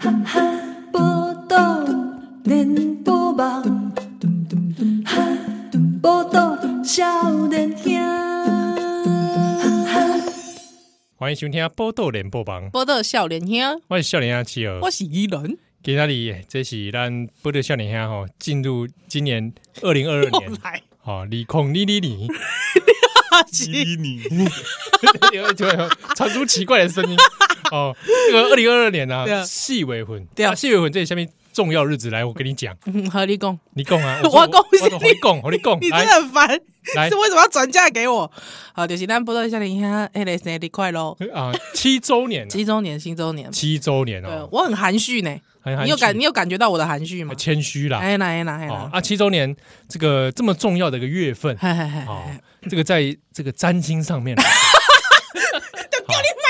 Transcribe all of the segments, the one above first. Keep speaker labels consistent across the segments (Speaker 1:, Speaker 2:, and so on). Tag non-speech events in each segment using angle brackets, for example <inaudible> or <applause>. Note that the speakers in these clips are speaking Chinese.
Speaker 1: 报道连波梦，报道少年兄。
Speaker 2: 欢迎收听《波豆联播榜》，
Speaker 3: 我的少年兄，
Speaker 2: 我是少年阿七儿
Speaker 3: 我。是伊人，
Speaker 2: 今天里这是咱波豆少年兄吼，进入今年二零二二
Speaker 3: <laughs> 我
Speaker 2: 年，
Speaker 3: 来，
Speaker 2: 好，你空你你你，
Speaker 3: 阿吉，
Speaker 2: <laughs> 有突然传出奇怪的声音。哦，这个二零二二年
Speaker 3: 对
Speaker 2: 啊，
Speaker 3: 啊
Speaker 2: 细尾魂，
Speaker 3: 对啊
Speaker 2: 啊细尾魂这里下面重要日子来，我跟你讲，
Speaker 3: 嗯和你讲，
Speaker 2: 你供啊，
Speaker 3: <laughs> 我讲是
Speaker 2: 我你供，我你供，
Speaker 3: 你真
Speaker 2: 来
Speaker 3: 的很烦，
Speaker 2: 哦来
Speaker 3: 是为什么要转嫁给我？好，就是咱波多少年兄，哎，生日快乐，
Speaker 2: 啊，七周年啊，
Speaker 3: 七周年，新周年，
Speaker 2: 七周年
Speaker 3: 对
Speaker 2: 哦，
Speaker 3: 我很含蓄呢，
Speaker 2: 很含
Speaker 3: 你有
Speaker 2: 蓄
Speaker 3: 感，你有感觉到我的含蓄吗？
Speaker 2: 谦虚啦，
Speaker 3: 哎啦哎啦哎
Speaker 2: 哦
Speaker 3: 啦，
Speaker 2: 啊，七周年这个这么重要的一个月份，
Speaker 3: 嘿嘿嘿，
Speaker 2: 哦
Speaker 3: 嘿，
Speaker 2: 这个在这个占星上
Speaker 3: <laughs>
Speaker 2: 面，啊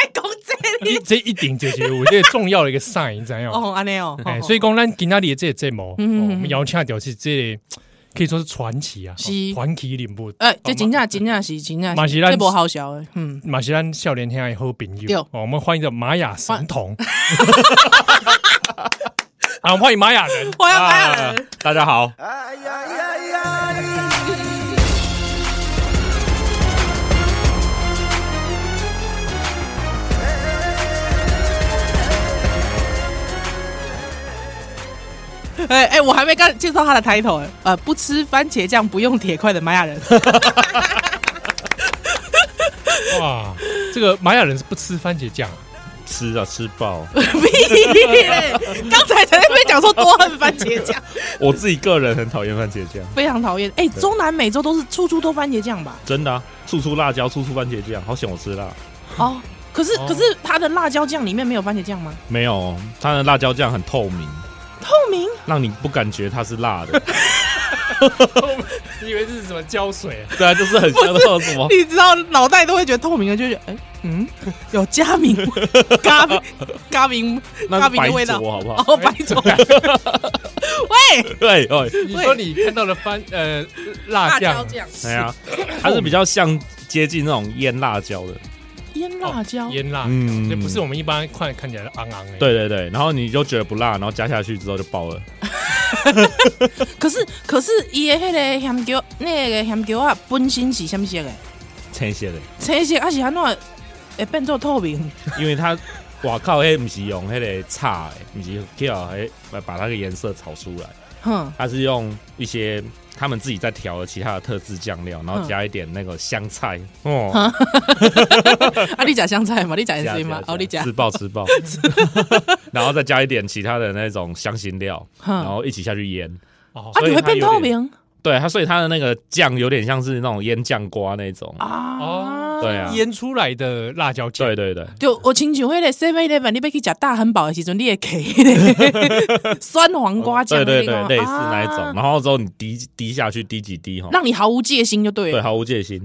Speaker 3: 卖公仔你，
Speaker 2: 你这一顶就是我觉得重要的一个 sign，你知道吗？
Speaker 3: 哦，安尼哦，
Speaker 2: 哎，
Speaker 3: 哦
Speaker 2: 所以讲咱今天的这个节目，哦我
Speaker 3: 嗯嗯嗯
Speaker 2: 们邀请到是这个可以说是传奇啊，
Speaker 3: 是
Speaker 2: 哦传奇人物，
Speaker 3: 哎，这真正真正是真正
Speaker 2: 嘛是咱
Speaker 3: 这波好笑的，嗯，
Speaker 2: 马西兰笑脸天爱好朋
Speaker 3: 对
Speaker 2: 友，哦我们欢迎的玛雅神童。 <laughs> 啊，欢迎玛雅人，
Speaker 3: 欢迎玛雅人
Speaker 2: 啊大家好，
Speaker 3: 哎哎，我还没刚介绍他的 title 哎，呃，不吃番茄酱不用铁块的玛雅人，
Speaker 2: 哇，这个玛雅人是不吃番茄酱啊， <laughs>
Speaker 4: 吃啊吃爆！
Speaker 3: <laughs>
Speaker 4: <laughs>
Speaker 3: 屁嘞！刚才才在那边讲说多恨番茄酱，
Speaker 4: 我自己个人很讨厌番茄酱，
Speaker 3: <laughs> 非常讨厌。哎、中南美洲都是处处都番茄酱吧？
Speaker 4: 真的、啊，处处辣椒，处处番茄酱，好险我吃辣。
Speaker 3: 哦，可是、
Speaker 2: 哦
Speaker 3: 可是它的辣椒酱里面没有番茄酱吗？
Speaker 4: 没有，它的辣椒酱很透明，
Speaker 3: 透明
Speaker 4: 让你不感觉它是辣的。 <laughs>
Speaker 2: 你以为这是什么胶水啊？
Speaker 4: 对啊，就是很像那种什么，
Speaker 3: 你知道脑袋都会觉得透明的，就觉得哎、嗯， <laughs> 有加 <laughs> 明咖明咖明
Speaker 4: 那
Speaker 3: <laughs> 咖
Speaker 4: 是
Speaker 3: 明
Speaker 4: 白
Speaker 3: 的味道
Speaker 4: 灼，好不好？ <laughs>
Speaker 3: 哦，白 <laughs> 灼。喂，
Speaker 4: 对，哦，
Speaker 2: <laughs> 你说你看到了番呃辣酱，
Speaker 3: 酱，
Speaker 4: 哎呀，它是比较像接近那种腌辣椒
Speaker 3: <laughs>
Speaker 4: 的。
Speaker 3: 腌
Speaker 2: 哦
Speaker 3: 辣椒，
Speaker 2: 腌辣，
Speaker 4: 嗯
Speaker 2: 这不是我们一般看看起来的昂昂的。
Speaker 4: 对对对，然后你就觉得不辣，然后加下去之后就爆了。
Speaker 3: 可是可是伊的迄个咸椒，那个咸椒啊，本身是什么色的？
Speaker 4: 这些的，
Speaker 3: 青色还是安怎么会变做透明？
Speaker 4: 因为它，哇靠，那不是用那个叉，不是叫哎把它的颜色炒出来。
Speaker 3: 哼，
Speaker 4: 它是用一些他们自己在调的其他的特制酱料，然后
Speaker 3: 嗯
Speaker 4: 加一点那个香菜，哦，
Speaker 3: <laughs> 啊，你加香菜嘛？你加
Speaker 4: 加
Speaker 3: 盐水嘛？哦，你加
Speaker 4: 吃，爆吃爆，然后再加一点其他的那种香辛料，然
Speaker 3: 哼，
Speaker 4: 后一起下去腌。
Speaker 2: 哦
Speaker 3: 啊，
Speaker 4: 所以
Speaker 3: 你会
Speaker 4: 它
Speaker 3: 变
Speaker 4: 有
Speaker 3: 透
Speaker 4: 点
Speaker 3: 明
Speaker 4: 对它，所以它的那个酱有点像是那种腌酱瓜那种。
Speaker 3: 啊？
Speaker 4: 对啊
Speaker 2: 哦腌出来的辣椒酱，
Speaker 4: 对对对，
Speaker 3: 就我亲像迄个 Seven Eleven，你要去食大汉堡的时阵，你会 <laughs> 给迄个酸黄瓜酱，
Speaker 4: 对哦对
Speaker 3: 你会讲，
Speaker 4: 对类似那一种。
Speaker 3: 啊
Speaker 4: 然后之后你滴滴下去，滴几滴哈，
Speaker 3: 让你毫无戒心就对
Speaker 4: 对，
Speaker 3: 了。
Speaker 4: 毫无戒心。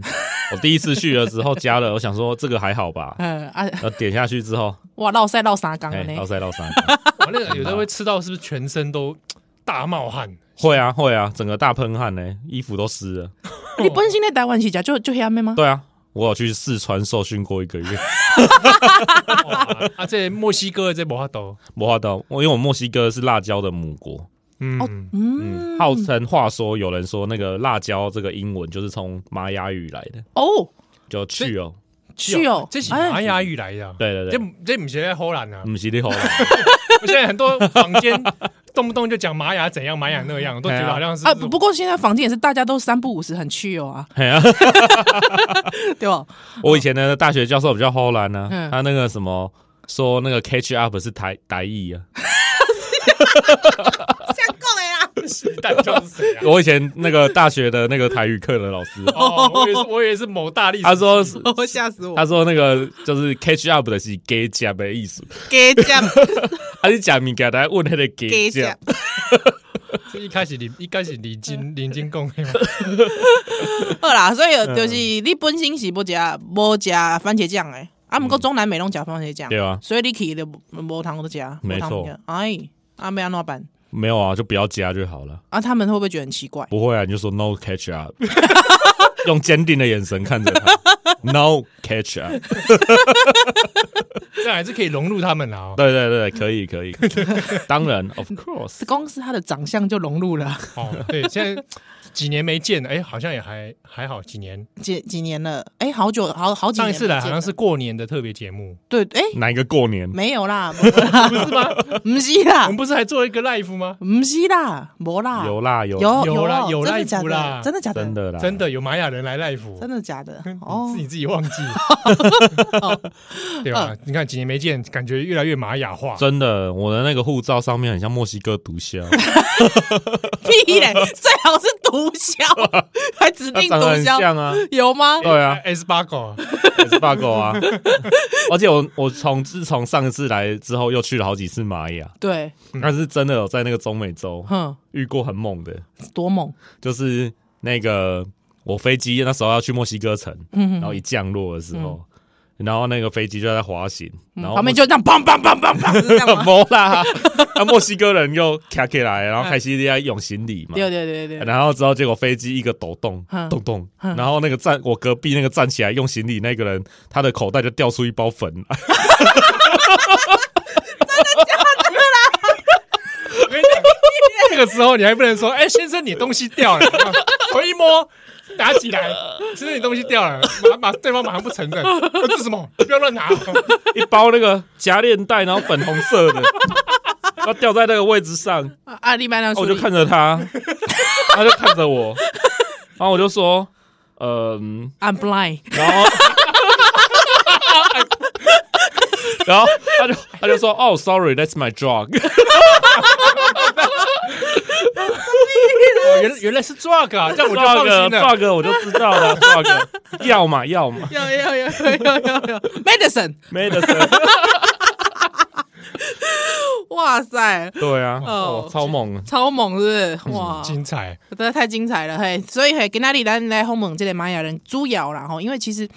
Speaker 4: 我第一次去的时候加了，我想说这个还好
Speaker 3: <laughs>
Speaker 4: 吧，
Speaker 3: 嗯啊，
Speaker 4: 然后点下去之后，
Speaker 3: 哇，绕塞绕三缸
Speaker 4: 哎
Speaker 3: 了，呢
Speaker 4: 老。塞老塞，
Speaker 2: <laughs> 哇那个有的会吃到是不是全身都大冒
Speaker 4: <laughs>
Speaker 2: 汗？
Speaker 4: 会啊会啊，整个大喷汗呢，衣服都湿了。
Speaker 3: 你本身在台湾是食就就黑暗的吗？
Speaker 4: 对啊，我有去四川受训过一个月， <laughs>
Speaker 2: 哇啊，这墨西哥的这摩法豆，
Speaker 4: 我花到，我因为我墨西哥是辣椒的母国，
Speaker 2: 嗯，
Speaker 4: 嗯，
Speaker 3: 嗯，
Speaker 4: 号称话说有人说那个辣椒这个英文就是从玛雅语来的，
Speaker 3: 哦，
Speaker 4: 就去哦，
Speaker 3: 去哦
Speaker 2: 这是玛雅语来的啊。
Speaker 4: 对对嗯
Speaker 2: 这
Speaker 4: 对，
Speaker 2: 这不是在荷兰啊！
Speaker 4: 不是你好，
Speaker 2: 我现在很多房间动不动就讲玛雅怎样，玛雅那样，都觉
Speaker 4: 哎
Speaker 2: 得
Speaker 4: 呀
Speaker 2: 好像是
Speaker 3: 啊，不不过现在房间也是大家都三不五十很去哦啊，
Speaker 4: 哎呀，
Speaker 3: <laughs> 对哦吧？
Speaker 4: 我以前的大学教授比较荷兰呢
Speaker 3: 嗯，
Speaker 4: 他那个什么说那个 catch up 是台台语啊，
Speaker 3: 这样够了啦。
Speaker 2: 是蛋就是
Speaker 4: <laughs>
Speaker 2: 谁啊？
Speaker 4: 我以前那个大学的那个台语课的老师，
Speaker 2: 哦，我以为是我以为是某大力士，
Speaker 4: 他说
Speaker 3: 我吓死我！
Speaker 4: 他说那个就是 catch up 的是 gay 夹的意思，
Speaker 3: 给
Speaker 4: <laughs>
Speaker 3: 讲
Speaker 4: 他是讲物件，大家问那个 gay
Speaker 3: 给
Speaker 4: 夹
Speaker 3: 讲，，
Speaker 2: 这一开始林一开始林金林金贡
Speaker 4: <laughs>
Speaker 2: 嘛，
Speaker 3: 好啦，所以
Speaker 2: 嗯
Speaker 3: 就是你本身是不食无食番茄酱诶，啊，毋过中南美
Speaker 2: 嗯
Speaker 3: 拢食番茄酱，
Speaker 2: 啊
Speaker 4: 对吧？
Speaker 3: 所以你去就无无通好食，
Speaker 4: 没
Speaker 3: 无通
Speaker 4: 错
Speaker 3: 吃。哎，啊，要安怎办？
Speaker 4: 没有啊，就不要加就好了。
Speaker 3: 啊，他们会不会觉得很奇怪？
Speaker 4: 不会啊，你就说 no catch <laughs> up，用坚定的眼神看着他 no catch up。
Speaker 2: 但还是可以融入他们啊。
Speaker 4: 对对对，可以可以，当然 of course。
Speaker 3: 光是他的长相就融入了 <laughs>
Speaker 2: 哦，对，现在几年没见了，哎，好像也还还好。几年，
Speaker 3: 几几年了，哎，好久好好几
Speaker 2: 上
Speaker 3: 年
Speaker 2: 一次
Speaker 3: 没见
Speaker 2: 来
Speaker 3: 了，
Speaker 2: 好像是过年的特别节目，
Speaker 3: 对，哎，
Speaker 4: 哪一个过年？
Speaker 3: 没有啦，
Speaker 2: <laughs>
Speaker 3: 不是吗？ <laughs> 不是
Speaker 2: 我
Speaker 3: 啦
Speaker 2: 们，不是还做了一个 live 吗？
Speaker 3: 不是啦，没啦，
Speaker 4: 有啦有
Speaker 3: 有
Speaker 2: 有啦
Speaker 3: 哦
Speaker 2: 有
Speaker 3: 真的
Speaker 2: 赖
Speaker 3: 假
Speaker 2: 服啦
Speaker 3: 的？真的假的？
Speaker 4: 真的啦，
Speaker 2: 真的有玛雅人来 live，
Speaker 3: 真的假的？
Speaker 2: 哦 <laughs>
Speaker 3: 哦，，
Speaker 2: 你自己忘记， <laughs> 对
Speaker 3: 嗯
Speaker 2: 吧？你看几年没见，感觉越来越玛雅化。
Speaker 4: 真的，我的那个护照上面很像墨西哥毒
Speaker 3: <laughs>
Speaker 4: 枭，
Speaker 3: 屁嘞，最好是毒
Speaker 2: <laughs>
Speaker 3: 枭，还指
Speaker 4: 它
Speaker 3: 定
Speaker 4: 长
Speaker 3: 毒
Speaker 4: 得很
Speaker 3: 枭，
Speaker 4: 像啊，
Speaker 3: 有吗？
Speaker 4: 对啊，
Speaker 2: ，S 八
Speaker 3: <laughs>
Speaker 2: 狗，
Speaker 4: 也是 bug 啊。而且我我从自从上一次来之后，又去了好几次玛雅，
Speaker 3: 对，
Speaker 4: 但是真的有在那个中美洲
Speaker 3: 哼，
Speaker 4: 遇过很猛的，
Speaker 3: 多猛，
Speaker 4: 就是那个我飞机那时候要去墨西哥城，
Speaker 3: 嗯
Speaker 4: 然后一降落的时候，然后那个飞机就在滑行，然后
Speaker 3: 嗯旁边就这样砰砰砰砰 <laughs> 砰，是这样吗？
Speaker 4: <laughs> 没啦，那墨西哥人又卡起来，然后开始在用行李嘛，
Speaker 3: 嗯对对对对对，
Speaker 4: 然后之后结果飞机一个抖动
Speaker 3: 嗯，
Speaker 4: 咚咚，然后那个站我隔壁那个站起来用行李那个人，他的口袋就掉出一
Speaker 3: <laughs>
Speaker 4: 包粉哎来，
Speaker 2: 我跟你讲，这个时候你还不能说，哎，先生，你东西掉了，我一摸。打起来！先生，你东西掉了，马马对方马上不承
Speaker 3: <laughs>
Speaker 2: 认，呃这是什么？不要乱拿！哦
Speaker 4: 一包那个夹链袋，然后粉红色的， <laughs> 然后掉在那个位置上，然
Speaker 3: 啊啊，利曼那
Speaker 4: 哦后我就看着他，他就看着我，然后我就说，嗯，
Speaker 3: I'm blind，
Speaker 4: 然后，然后他就他就说，哦，sorry，that's my drug。
Speaker 2: 哦原原来是 drug 啊， <laughs> 这样我就放心了。
Speaker 4: bug，bug 我就知道了，bug <laughs> 要嘛要嘛
Speaker 3: <laughs> 有有有有有有有 medicine，
Speaker 4: ，medicine，
Speaker 3: 哇塞，
Speaker 4: <laughs> 对啊，
Speaker 3: 哦
Speaker 4: 哦，超猛啊，
Speaker 3: 超猛是不是？哇，
Speaker 2: 精彩，
Speaker 3: 真的太精彩了嘿！所以嘿，今天咱来访问这个玛雅人主要啦吼，因为其实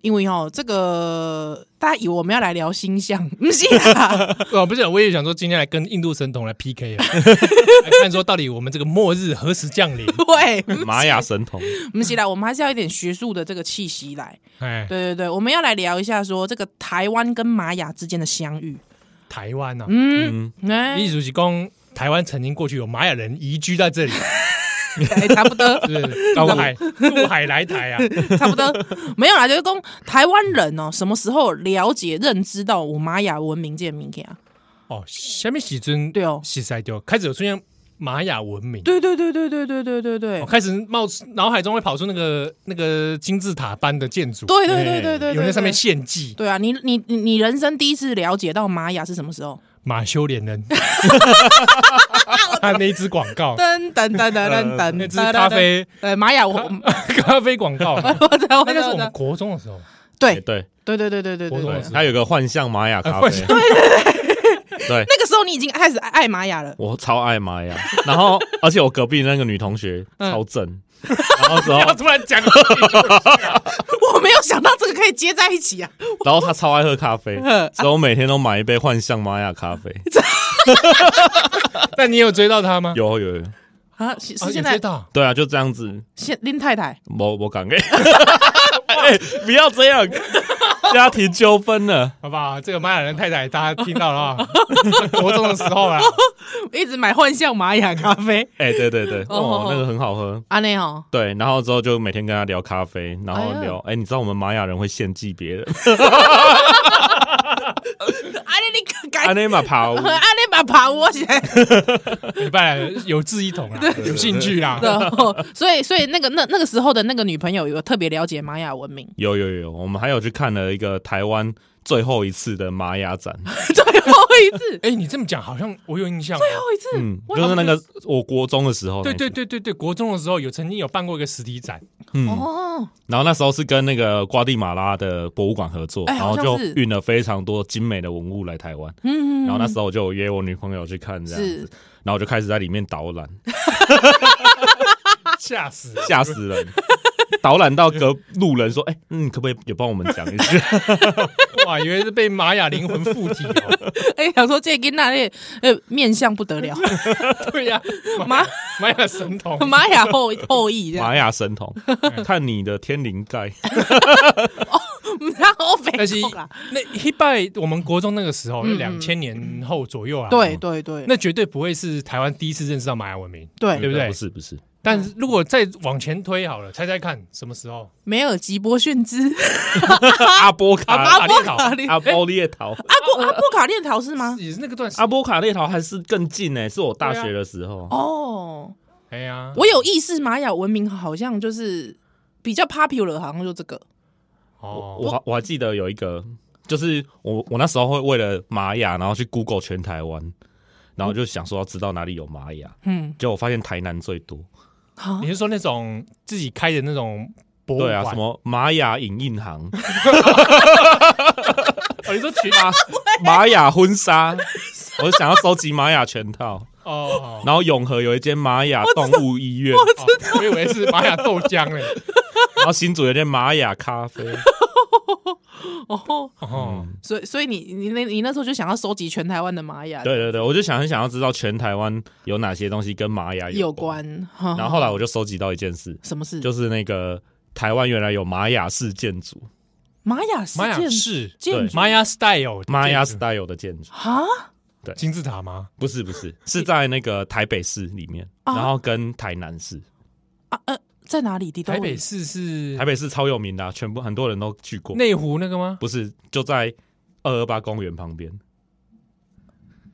Speaker 3: 因为吼这个大家以为我们要来聊星象，不是 <laughs> 啦，
Speaker 2: 哦，不是，我也想说今天来跟印度神童来 PK 啊，来看说到底我们这个末日何时降
Speaker 3: <laughs>
Speaker 2: 临？
Speaker 3: 对，
Speaker 4: 玛雅神童，
Speaker 3: 不是啦，我们还是要一点学术的这个气息来。
Speaker 2: 哎，
Speaker 3: 对对对，我们要来聊一下说这个台湾跟玛雅之间的相 <laughs> 遇。
Speaker 2: 台湾啊，
Speaker 3: 嗯，哎、
Speaker 2: 艺术是讲台湾曾经过去有玛雅人移居在这里，是
Speaker 3: 哎差不多， <laughs>
Speaker 2: 不是？渡海渡海来台啊，
Speaker 3: 差不多，没有啦，就是讲台湾人哦，什么时候了解、认知到我玛雅文明这个物啊件？
Speaker 2: 哦，下面时阵
Speaker 3: 对哦
Speaker 2: 西塞丢开始有出现玛雅文明。
Speaker 3: 对对对对对对对对对
Speaker 2: 哦、，开始冒出脑海中会跑出那个那个金字塔般的建筑，哎
Speaker 3: 对对对对对对
Speaker 2: 有人在上面
Speaker 3: 对
Speaker 2: 献祭
Speaker 3: 对啊，你你你你人生第一次了解到玛雅是什么时候？
Speaker 2: 马修连
Speaker 3: <laughs>
Speaker 2: 人，他那一支广告，
Speaker 3: 噔噔噔噔 <laughs> 噔噔，
Speaker 2: 那支咖，啡
Speaker 3: 对玛 <laughs> 雅，我
Speaker 2: 咖啡广告，
Speaker 3: 我我知道我
Speaker 2: 那
Speaker 3: 知
Speaker 2: 个
Speaker 3: 道
Speaker 2: 是
Speaker 3: 我
Speaker 2: 我
Speaker 3: 知
Speaker 2: 们
Speaker 3: 道，
Speaker 2: 国中的时候，
Speaker 4: 哎
Speaker 3: 对
Speaker 4: 对
Speaker 3: 对对对对对对
Speaker 2: 国中
Speaker 3: 对
Speaker 2: 的，时候
Speaker 4: 他有个幻象玛雅咖
Speaker 2: 呃幻
Speaker 4: 啡
Speaker 2: 象，
Speaker 4: 对
Speaker 3: 那个时候你已经开始爱爱玛雅了。
Speaker 4: 我超爱玛雅，然后而且我隔壁那个女同学超正，然后之后
Speaker 2: 突然讲，
Speaker 3: 我没有想到这个可以接在一起啊！
Speaker 4: <laughs> 然后她超爱喝咖啡，所以我每天都买一杯幻象玛雅咖啡，
Speaker 2: 但你有追到他吗？
Speaker 4: 有有有，
Speaker 3: 啊，是
Speaker 2: 啊
Speaker 3: 是
Speaker 2: 你
Speaker 3: 现
Speaker 2: 追
Speaker 3: 在
Speaker 2: 到，
Speaker 4: 对啊，就这样子，
Speaker 3: 现林太太
Speaker 4: 我我 <laughs> 敢给，哎，不要这样，家庭纠纷了。
Speaker 2: 好不好？这个玛雅人太太，大家听到了啊，国中的时候啦，
Speaker 3: 一直买幻象玛雅咖啡，
Speaker 4: 哎、对对对，
Speaker 3: 哦
Speaker 4: 哦
Speaker 3: 哦，
Speaker 4: 那个很好喝。
Speaker 3: 安内哦，
Speaker 4: 对，然后之后就每天跟他聊咖啡，然后聊，哎、你知道我们玛雅人会献祭别人，
Speaker 3: 安内你改
Speaker 4: 安内玛
Speaker 3: <laughs>
Speaker 4: 跑，
Speaker 3: 安内把爬我起来，
Speaker 2: 礼拜有志一同啦，有兴趣啦，
Speaker 3: 所以所以那个那那个时候的那个女朋友有特别了解玛雅文明，
Speaker 4: 有有有，我们还有去看了一个台湾最后一次的玛雅展，
Speaker 3: <laughs> 最后一次，
Speaker 2: 哎，你这么讲好像我有印象哦。
Speaker 3: 最后一次，
Speaker 4: 嗯，
Speaker 3: 我
Speaker 4: 就是那个我国中的时候，
Speaker 2: 对对，对对对，国中的时候有曾经有办过一个实体展，
Speaker 4: 嗯，
Speaker 3: 哦，
Speaker 4: 然后那时候是跟那个瓜地马拉的博物馆合作，
Speaker 3: 哎
Speaker 4: 然后
Speaker 3: 好
Speaker 4: 就
Speaker 3: 像是
Speaker 4: 运了非常多精美的文物来台湾，
Speaker 3: 嗯，
Speaker 4: 然后那时候我就有约我女朋友去看这样
Speaker 3: 是
Speaker 4: 子，然后我就开始在里面导览，
Speaker 2: 吓死！
Speaker 4: 吓死人， <laughs> 导览到隔路人说：“哎、嗯，可不可以也帮我们讲一下
Speaker 2: 哇，以为是被玛雅灵魂附体哦。
Speaker 3: 哎、想说这跟那那呃面相不得
Speaker 4: <laughs>
Speaker 3: 了，
Speaker 2: 对呀，
Speaker 3: 玛
Speaker 2: 玛雅神童，
Speaker 3: 玛雅后后裔 <laughs> 这样，
Speaker 4: 玛雅神童？看你的天灵盖，
Speaker 3: 然后北
Speaker 2: 但是
Speaker 3: 控
Speaker 4: 啊
Speaker 3: 啦，
Speaker 2: 那一拜我们国中那个时候，两千年后左右啊，
Speaker 3: 对，对对，
Speaker 2: 那绝对不会是台湾第一次认识到玛雅文明。
Speaker 3: 对
Speaker 2: 对不对
Speaker 4: 不是不是，
Speaker 2: 但
Speaker 3: 嗯
Speaker 2: 是如果再往前推好了，猜猜看什么时候？
Speaker 3: 梅尔吉波逊兹
Speaker 4: 阿波卡
Speaker 2: 阿
Speaker 3: <laughs> 阿
Speaker 2: 卡列塔
Speaker 3: 波
Speaker 4: 阿
Speaker 3: 卡列阿
Speaker 4: 波列桃，
Speaker 3: 波阿波卡列陶是吗？啊
Speaker 2: 也是那个段时
Speaker 4: 阿波卡列桃还是更近呢、欸是我大学的时候。
Speaker 3: 哦，
Speaker 2: 哎呀，
Speaker 3: 我有意识，玛雅文明好像就是比较 popular，好像就这个
Speaker 2: 哦，
Speaker 4: 我还我还记得有一个，就是我我那时候会为了玛雅，然后去 Google 全台湾，然后就想说要知道哪里有玛雅，
Speaker 3: 嗯
Speaker 4: 嗯，结果我发现台南最多，
Speaker 3: 啊
Speaker 4: 嗯
Speaker 2: 你是说那种自己开的那种博物
Speaker 4: 对
Speaker 2: 馆？
Speaker 4: 啊，什么玛雅影印行、
Speaker 2: 哦，你说群啊？
Speaker 4: 玛雅婚纱，我就想要收集玛雅全套。
Speaker 2: 哦，
Speaker 4: 然后永和有一间玛雅动物医院，
Speaker 2: 哦我以为是玛雅豆浆
Speaker 4: <laughs>
Speaker 2: 嘞。
Speaker 4: 然后新竹有一间玛雅咖啡，
Speaker 3: 哦，
Speaker 4: 嗯
Speaker 2: 哦，
Speaker 3: 所以所以你你那你那时候就想要收集全台湾的玛雅
Speaker 4: 对对对，我就想很想要知道全台湾有哪些东西跟玛雅
Speaker 3: 有
Speaker 4: 关。
Speaker 3: 关，
Speaker 4: 然后后来我就收集到一件事，
Speaker 3: 什么事？
Speaker 4: 就是那个台湾原来有玛雅式建筑，
Speaker 3: 玛雅是
Speaker 2: 玛雅
Speaker 3: 建
Speaker 2: 是
Speaker 3: 建
Speaker 4: 对
Speaker 3: 筑
Speaker 2: 玛雅 style，
Speaker 4: 玛雅 style 的建筑，
Speaker 3: 啊，
Speaker 2: 金字塔吗？
Speaker 4: 不是不
Speaker 3: <laughs>
Speaker 4: 是，是在那个台北市里面，
Speaker 3: 啊
Speaker 4: 然后跟台南市，
Speaker 3: 呃在哪里？地道
Speaker 2: 台北市
Speaker 3: 嗯
Speaker 2: 是
Speaker 4: 台北市超有名的啊、全部很多人都去过，
Speaker 2: 内湖那个吗？
Speaker 4: 不是就在二二八公园旁边，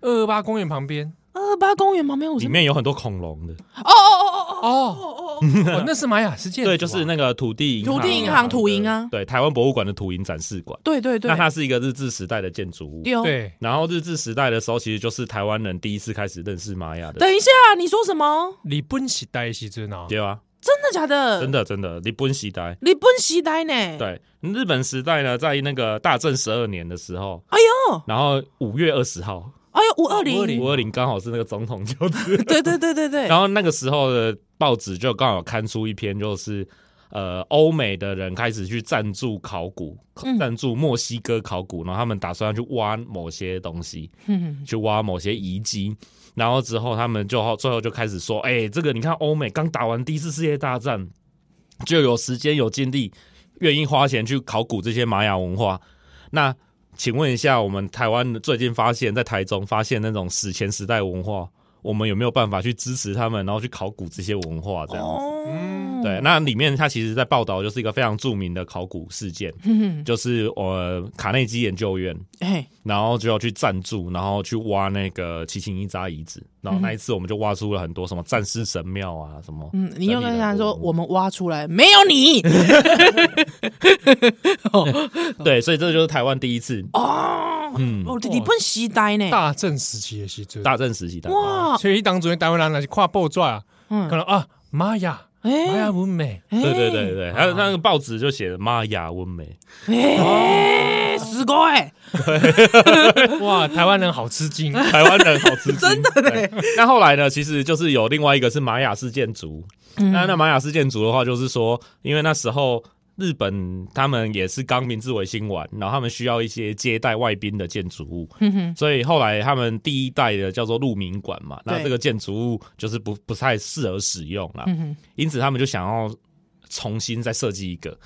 Speaker 2: 二二八公园旁边。
Speaker 3: 二八公园旁边有
Speaker 4: 里
Speaker 3: 什么？
Speaker 4: 面有很多恐龙的，
Speaker 3: 哦哦哦哦
Speaker 2: 哦，
Speaker 3: 哦哦
Speaker 2: 哦那是玛雅是建筑啊，
Speaker 4: 对，就是那个土地银行
Speaker 3: 土地银行土银啊
Speaker 4: 对，台湾博物馆的土银展示馆，
Speaker 3: 对对对
Speaker 4: 那，它是一个日治时代的建筑物。
Speaker 3: 丢。
Speaker 2: 对
Speaker 4: 然后日治时代的时候，其实就是台湾人第一次开始认识玛雅的，
Speaker 3: 等一下，你说什么？
Speaker 2: 日本时代的时阵啊，
Speaker 4: 对啊，
Speaker 3: 真的假的？
Speaker 4: 真。的真的，日本时代，
Speaker 3: 日本时代呢？，
Speaker 4: 对，日本时代呢，在那个大正十二年的时候，
Speaker 3: 哎呦，
Speaker 4: 然后五月二十号，
Speaker 3: 哎呦，五二
Speaker 2: 520
Speaker 3: 零，
Speaker 4: 五二零刚好是那个总统就职，
Speaker 3: 对对对对对
Speaker 4: 然，后那个时候的报纸就刚好刊出一篇，就是呃，欧美的人开始去赞助考古
Speaker 3: 嗯，
Speaker 4: 赞助墨西哥考古，然后他们打算要去挖某些东西，
Speaker 3: 嗯，
Speaker 4: 去挖某些遗迹。然后之后，他们就最后就开始说：“哎、这个你看，欧美刚打完第一次世界大战，就有时间有精力，愿意花钱去考古这些玛雅文化。那请问一下，我们台湾最近发现，在台中发现那种史前时代文化，我们有没有办法去支持他们，然后去考古这些文化？这样子？
Speaker 3: 哦，
Speaker 4: 对，那里面它其实在报道就是一个非常著名的考古事件，
Speaker 3: 嗯，
Speaker 4: 就是呃卡内基研究院，
Speaker 3: 哎，
Speaker 4: 然后就要去赞助，然后去挖那个七星一扎遗址。然后那一次我们就挖出了很多什么战士神庙啊，什么
Speaker 3: 嗯，你又跟他说
Speaker 4: 整理的文物
Speaker 3: 我们挖出来没有
Speaker 4: <laughs>
Speaker 3: 你
Speaker 4: 对，所以这就是台湾第一次
Speaker 3: 哦，
Speaker 4: 嗯
Speaker 3: 哦，日本时代呢？
Speaker 2: 大正时期的时阵。
Speaker 4: 大正时期的。
Speaker 3: 哇，
Speaker 2: 所以当主任单位人来是跨报纸啊，
Speaker 3: 哦嗯
Speaker 2: 可能啊，玛雅，玛
Speaker 3: 哎
Speaker 2: 雅，文美，
Speaker 3: 哎
Speaker 4: 对对对，对，还有那个报纸就写的玛雅温美，
Speaker 3: 哎，すご
Speaker 4: 哦
Speaker 3: い，
Speaker 2: 哇，台湾人好吃
Speaker 3: <laughs>
Speaker 2: 惊，
Speaker 4: 台湾人好吃惊， <laughs> 真的那后来呢，其实就是有另外一个是玛雅式建筑。那那玛雅式建筑的话，就是说，因为那时候日本他们也是刚明治维新完，然后他们需要一些接待外宾的建筑 <laughs> 物，
Speaker 3: 嗯
Speaker 4: 所以后来他们第一代的叫做鹿鸣馆嘛，
Speaker 3: 对
Speaker 4: 那这个建筑物就是不不太适合使用啦，
Speaker 3: 嗯哼
Speaker 4: 因此他们就想要重新再设计一个。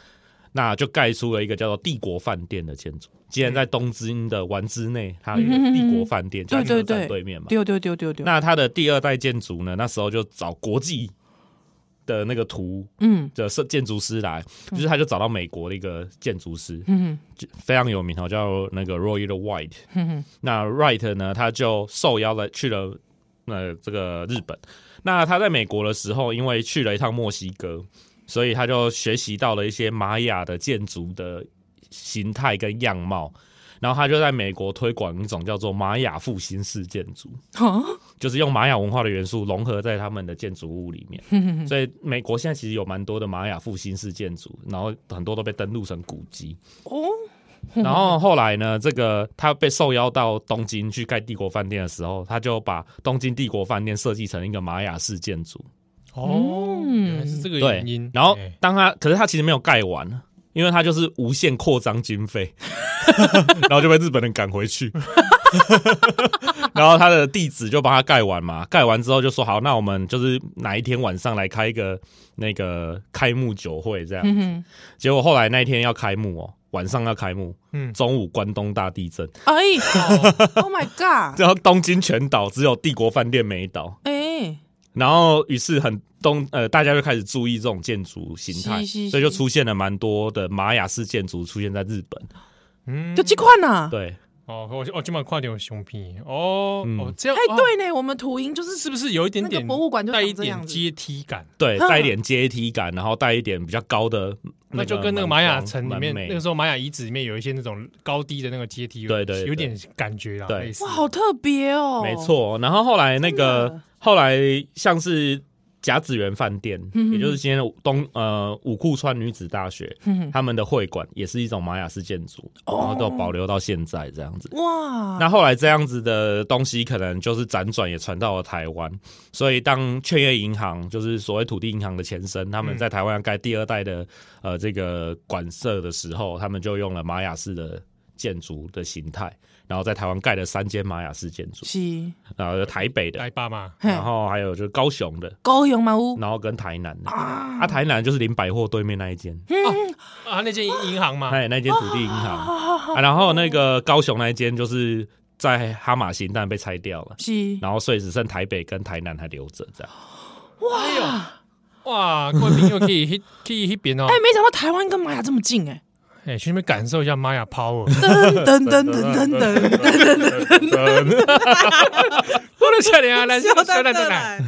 Speaker 4: 那就盖出了一个叫做帝国饭店的建筑，既然在东京的丸之内，它有一个帝国饭店，就在
Speaker 3: 嗯对对
Speaker 4: 车站
Speaker 3: 对
Speaker 4: 对面嘛。
Speaker 3: 丢丢丢丢丢，
Speaker 4: 那它的第二代建筑呢，那时候就找国际的那个图
Speaker 3: 嗯
Speaker 4: 的设建筑师来，就是他就找到美国的一个建筑师，
Speaker 3: 嗯
Speaker 4: 就非常有名哦，叫那个 Roy 的 White。
Speaker 3: 哼嗯哼
Speaker 4: 那 Wright 呢，他就受邀了去了呃这个日本。那他在美国的时候，因为去了一趟墨西哥，所以他就学习到了一些玛雅的建筑的形态跟样貌。然后他就在美国推广一种叫做玛雅复兴式建筑，
Speaker 3: 哼，
Speaker 4: 就是用玛雅文化的元素融合在他们的建筑物里面。
Speaker 3: 嗯
Speaker 4: 所以美国现在其实有蛮多的玛雅复兴式建筑，然后很多都被登录成古迹。
Speaker 3: 哦，
Speaker 4: 然后后来呢，这个他被受邀到东京去盖帝国饭店的时候，他就把东京帝国饭店设计成一个玛雅式建筑，
Speaker 3: 嗯
Speaker 2: 哦，原来是这个
Speaker 4: 对
Speaker 2: 原因。，
Speaker 4: 然后
Speaker 2: 哎
Speaker 4: 当他，可是他其实没有盖完，啊因为他就是无限扩张经费， <laughs> 然后就被日本人赶回去。 <laughs> 然后他的地址就帮他盖完嘛，盖完之后就说好，那我们就是哪一天晚上来开一个那个开幕酒会这样。
Speaker 3: 嗯
Speaker 4: 结果后来那一天要开幕哦，晚上要开幕，
Speaker 2: 嗯，
Speaker 4: 中午关东大地震， <laughs>
Speaker 3: 哼，哎，Oh my God，
Speaker 4: 然后东京全岛只有帝国饭店没倒，
Speaker 3: 哎，
Speaker 4: 然后于是很东呃，大家就开始注意这种建筑形态，
Speaker 3: 是是是
Speaker 4: 所以就出现了蛮多的玛雅式建筑出现在日本。
Speaker 3: 啊
Speaker 2: 嗯
Speaker 3: 就这款呐。
Speaker 4: 对，
Speaker 2: 哦，我我今晚快点有熊皮哦
Speaker 4: 嗯
Speaker 2: 哦，这样哦
Speaker 3: 哎，对呢，我们土营就是
Speaker 2: 是不是有一点
Speaker 3: 那
Speaker 2: 点
Speaker 3: 个博物馆就
Speaker 2: 带一
Speaker 3: 长这样
Speaker 2: 点
Speaker 3: 子
Speaker 2: 阶梯感？
Speaker 4: 对，
Speaker 3: 哼
Speaker 4: 带一点阶梯感，然后带一点比较高的
Speaker 2: 那
Speaker 4: 个门框，
Speaker 2: 就跟那个玛雅城里面
Speaker 4: 门楣
Speaker 2: 那个时候玛雅遗址里面有一些那种高低的那个阶梯，有
Speaker 4: 对对对
Speaker 2: 有点感觉啦，
Speaker 4: 对
Speaker 2: 类似
Speaker 3: 哇，好特别哦，
Speaker 4: 没，错。然后后来那
Speaker 3: 真
Speaker 4: 个
Speaker 3: 的啊
Speaker 4: 后来像是甲子园饭店，
Speaker 3: 嗯哼
Speaker 4: 也就是今天的东呃武库川女子大学，
Speaker 3: 嗯哦
Speaker 4: 他们的会馆也是一种玛雅式建筑，然后都保留到现在这样子。
Speaker 3: 哇，
Speaker 4: 那后来这样子的东西，可能就是辗转也传到了台湾，所以当劝业银行，就是所谓土地银行的前身，他们在台湾盖第二代的呃这个馆舍的时候，他们就用了玛雅式的建筑的形态，然后在台湾盖了三间玛雅式建筑，
Speaker 3: 是，
Speaker 4: 然后有台北的，
Speaker 2: 来爸妈
Speaker 3: 嘿
Speaker 4: 然后还有就是高雄的，
Speaker 3: 高雄嘛屋
Speaker 4: 然后跟台南的。啊，台南就是林百货对面那一间，
Speaker 2: 啊，那间银行嘛，
Speaker 4: 哎，那间土地银行，啊然后那个高雄那一间就是在哈马星，但被拆掉了。
Speaker 3: 是，
Speaker 4: 然后所以只剩台北跟台南还留着
Speaker 3: <laughs>
Speaker 4: 这样。
Speaker 2: 哎呦，哇，各位朋友可以去可以去边哦
Speaker 3: 哎，，没想到台湾跟玛雅这么近哎，
Speaker 2: 哎，去那边感受一下玛雅 power，
Speaker 3: 噔噔噔噔噔噔噔，
Speaker 2: 我的笑脸啊，来，笑
Speaker 3: 到
Speaker 2: 脸
Speaker 3: 这
Speaker 2: 的来，
Speaker 3: 来，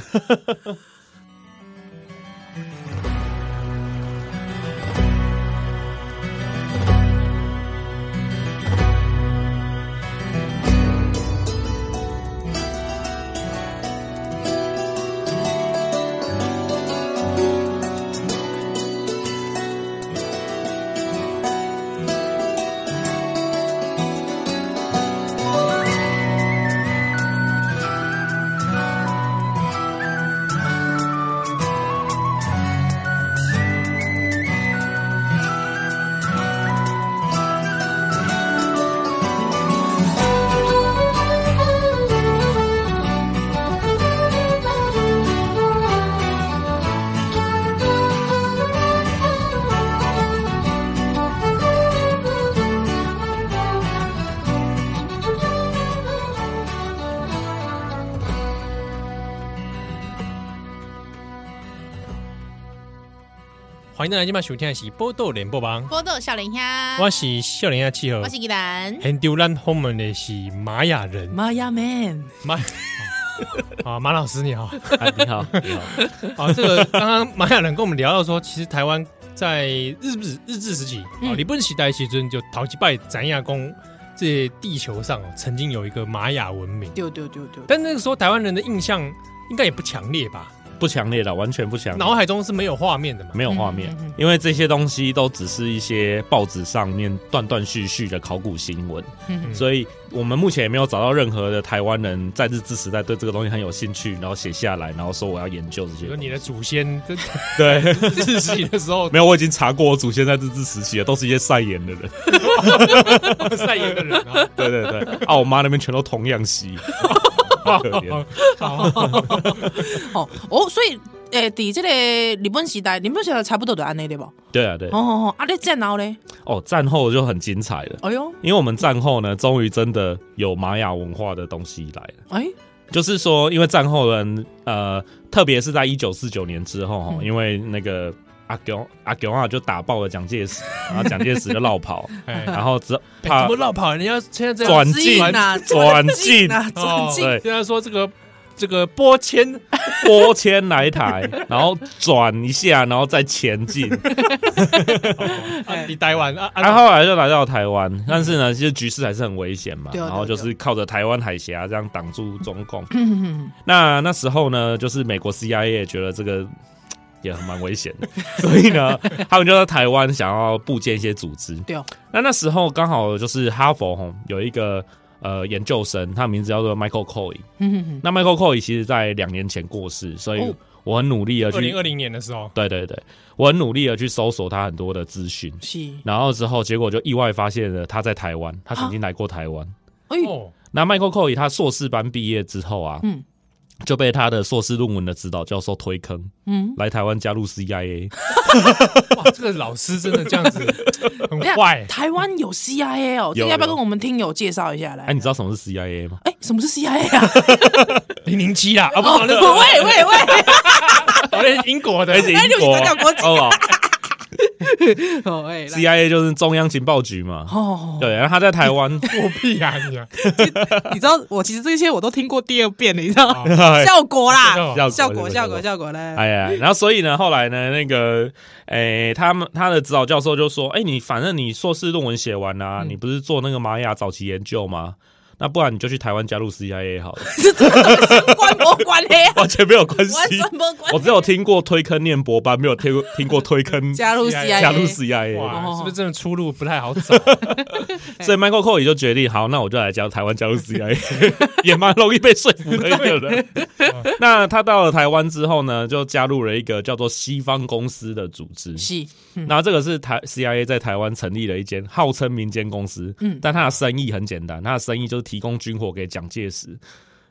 Speaker 2: 欢迎大家今晚收听的是波豆联播帮，
Speaker 3: 波豆笑脸虾
Speaker 2: 我是笑脸啊契合，
Speaker 3: 依兰，
Speaker 2: 很丢咱后面的是玛雅人，
Speaker 3: 玛雅 man，
Speaker 2: 马啊，马老师你好
Speaker 4: 啊你好，你好，
Speaker 2: 啊！这个刚刚玛雅人跟我们聊到说，其实台湾在日治日治时期啊，
Speaker 3: 嗯
Speaker 2: 日本时代其实就淘气拜咱亚公这地球上哦，曾经有一个玛雅文明，
Speaker 3: 丢丢丢丢，
Speaker 2: 但那个时候台湾人的印象应该也不强烈吧，
Speaker 4: <laughs> 不强烈的，完全不强烈，
Speaker 2: 脑海中是没有画面的嘛。
Speaker 4: 没有画面
Speaker 3: 嗯嗯嗯，
Speaker 4: 因为这些东西都只是一些报纸上面断断续续的考古新闻，
Speaker 3: 嗯
Speaker 4: 所以我们目前也没有找到任何的台湾人在日治时代对这个东西很有兴趣，然后写下来，然后说我要研究这
Speaker 2: 比
Speaker 4: 些
Speaker 2: 如
Speaker 4: 东
Speaker 2: 说
Speaker 4: 西。
Speaker 2: 你的祖先在
Speaker 4: 对， <laughs>
Speaker 2: 日治时期的时
Speaker 3: <laughs>
Speaker 2: 候
Speaker 4: 没有，我已经查过，我祖先在日治时期的都是一些晒盐的人。
Speaker 2: 晒盐的人
Speaker 3: <laughs>
Speaker 2: 啊，
Speaker 4: 对对对，啊，我妈那边全都同样 <laughs> 系，可怜。
Speaker 3: 哦哦，所以诶，伫这个日本时代，日本时代差不多就安尼对不？哦
Speaker 4: 对啊，对
Speaker 3: 哦哦，啊，你这然后咧，
Speaker 4: 哦，战后就很精彩了。
Speaker 3: 哎呦，
Speaker 4: 因为我们战后呢，终于真的有玛雅文化的东西来了。
Speaker 3: 哎，
Speaker 4: 就是说，因为战后人，呃，特别是在一九四九年之后，哈、
Speaker 3: 嗯
Speaker 4: 因为那个阿囧阿囧啊，就打爆了蒋介石，然后蒋介石就
Speaker 2: <laughs>
Speaker 4: 绕跑，
Speaker 2: 哎，
Speaker 4: 然后之
Speaker 2: 哎
Speaker 4: 怕
Speaker 2: 怎么绕跑？人家现在这样
Speaker 4: 转进
Speaker 3: 啊，
Speaker 4: 转进
Speaker 3: 啊，转进，
Speaker 4: 对
Speaker 2: 现在说这个这个波
Speaker 3: <laughs>
Speaker 2: 迁
Speaker 4: 拨迁来台，然后转一下，然后再前进，
Speaker 3: 哎
Speaker 2: 啊，你台湾啊
Speaker 4: 然
Speaker 2: 啊，
Speaker 4: 后后来就来到台湾，但是呢，其实局势还是很危险嘛，
Speaker 3: 嗯对啊
Speaker 4: 然后
Speaker 3: 对
Speaker 4: 就
Speaker 3: 啊
Speaker 4: 是靠着台湾海峡这样挡住中共。
Speaker 3: 嗯，
Speaker 4: 那那时候呢，就是美国 CIA 也觉得这个也蛮危险的，所以呢，他们就在台湾想要部建一些组织。
Speaker 3: 对哦，
Speaker 4: 那那时候刚好就是哈佛吼有一个。呃研究生，他名字叫做 Michael Coy。
Speaker 3: 嗯哼哼
Speaker 4: 那 Michael Coy 其实在两年前过世，所以
Speaker 3: 哦
Speaker 4: 我很努力的
Speaker 2: 二
Speaker 4: 去
Speaker 2: 零，二零年的时候，
Speaker 4: 对对对，我很努力的去搜索他很多的资讯，
Speaker 3: 是，
Speaker 4: 然后之后结果就意外发现了他在台湾，他曾经来过台湾。
Speaker 3: 哎，
Speaker 2: 哦，
Speaker 4: 那 Michael Coy 他硕士班毕业之后啊，
Speaker 3: 嗯
Speaker 4: 就被他的硕士论文的指导教授推坑，
Speaker 3: 嗯，
Speaker 4: 来台湾加
Speaker 3: <laughs>
Speaker 4: 入 CIA。
Speaker 2: 哇，这个老师真的这样子很坏，
Speaker 3: 台湾有 CIA 哦，这
Speaker 4: 有
Speaker 3: 个要不要
Speaker 4: 有
Speaker 3: 跟我们听友介绍一下来？
Speaker 4: 哎、你知道什么是 CIA 吗？
Speaker 3: 哎，什么是 CIA 啊？
Speaker 2: 零零七啦，啊不，
Speaker 3: 哦，
Speaker 2: 那个
Speaker 3: 喂喂喂，
Speaker 2: 哦那是英国的，
Speaker 3: 哎对不起他讲国籍
Speaker 4: 哦
Speaker 3: 哦哎，来
Speaker 4: ，CIA 就是中央情报局嘛。
Speaker 3: 哦，
Speaker 4: 对，然后他在
Speaker 3: <laughs>
Speaker 4: 台湾，
Speaker 2: 我屁啊你啊，
Speaker 3: 你知道我其实这些我都听过第二遍了，你知道吗？
Speaker 4: 哎
Speaker 3: 效果啦，
Speaker 4: 效果
Speaker 3: 效果效果效果来，
Speaker 4: 哎呀，然后所以呢，后来呢，那个，哎，他们他的指导教授就说，哎，你反正你硕士论文写完啦、你不是做那个玛雅早期研究吗？那不然你就去台湾加入 CIA <laughs> 好了，
Speaker 3: 这这跟关我关黑啊，
Speaker 4: 完全没有关系。
Speaker 3: 完全没关
Speaker 4: 我只有听过推坑念博班，没有听过听过推坑 <laughs> 啊加
Speaker 3: 加入
Speaker 2: CIA
Speaker 3: CIA，
Speaker 4: 入 CIA。
Speaker 2: 哇，
Speaker 3: 哦
Speaker 2: 是不是真的出路不太好找？啊
Speaker 4: 所以 Michael Cole 也就决定，好，那我就来加入台湾加入 <laughs> CIA，也蛮容易被说服的一个人。那他到了台湾之后呢，就加入了一个叫做西方公司的组织。
Speaker 3: 是，嗯
Speaker 4: 那这个是台 CIA 在台湾成立了一间号称民间公司，
Speaker 3: 嗯
Speaker 4: 但它的生意很简单，它的生意就是提供军火给蒋介石，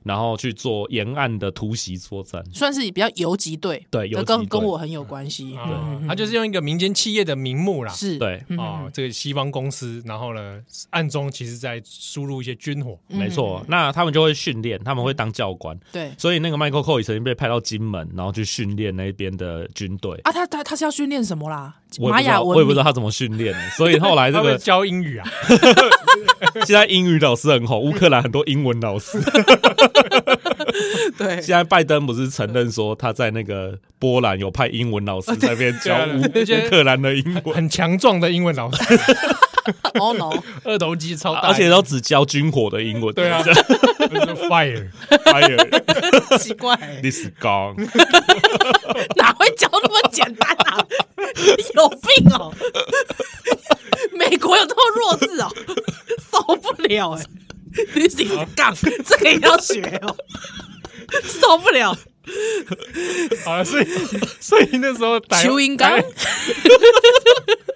Speaker 4: 然后去做沿岸的突袭作战。
Speaker 3: 算是比较游击队，
Speaker 4: 对游击
Speaker 3: 跟跟
Speaker 4: 队
Speaker 3: 我很有关系，
Speaker 2: 啊， <laughs> 他就是用一个民间企业的名目啦，
Speaker 3: 是，
Speaker 4: 对啊
Speaker 3: 嗯
Speaker 2: 哦，，这个西方公司，然后呢，暗中其实在输入一些军火，
Speaker 3: 嗯
Speaker 4: 没错，，那他们就会训练，他们会当教官，
Speaker 3: 对
Speaker 4: 所以那个 Michael Cole 曾经被派到金门，然后去训练那边的军队。
Speaker 3: 啊，他他他是要训练什么啦？
Speaker 4: 我也
Speaker 3: 玛
Speaker 4: 不知
Speaker 3: 雅
Speaker 4: 道，
Speaker 3: 文
Speaker 4: 我也不知道
Speaker 3: 明
Speaker 4: 他怎么训练的，所以后来这
Speaker 3: <laughs>
Speaker 2: 他会
Speaker 4: 个
Speaker 2: 教英
Speaker 4: <laughs>
Speaker 2: 语啊，
Speaker 4: 现在英语老师很红，乌克兰很多英文老师。
Speaker 3: 对
Speaker 4: <laughs> 现在拜登不是承认说他在那个波兰有派英文老师在那边教乌
Speaker 2: <laughs> 对对啊对
Speaker 4: 乌克兰的英文，
Speaker 2: 很强壮的英文老师，
Speaker 3: <laughs> ，Oh no，
Speaker 2: <laughs> 二头肌超大，
Speaker 4: 而且都只教军火的英文。
Speaker 2: 对
Speaker 4: <laughs>
Speaker 2: 啊，fire，
Speaker 4: ，fire
Speaker 3: <laughs> 奇怪，
Speaker 4: this gone。
Speaker 3: 哪会教那么简单啊？ <laughs> 有病哦！ <laughs> 美国有这么弱智哦， <laughs> 受不了哎、旅行
Speaker 4: 啊
Speaker 3: 杠，这个也要学
Speaker 4: <laughs>
Speaker 3: 哦，受不了！
Speaker 2: <laughs> 好了，所以所以那时候台
Speaker 3: 球音杠
Speaker 2: 台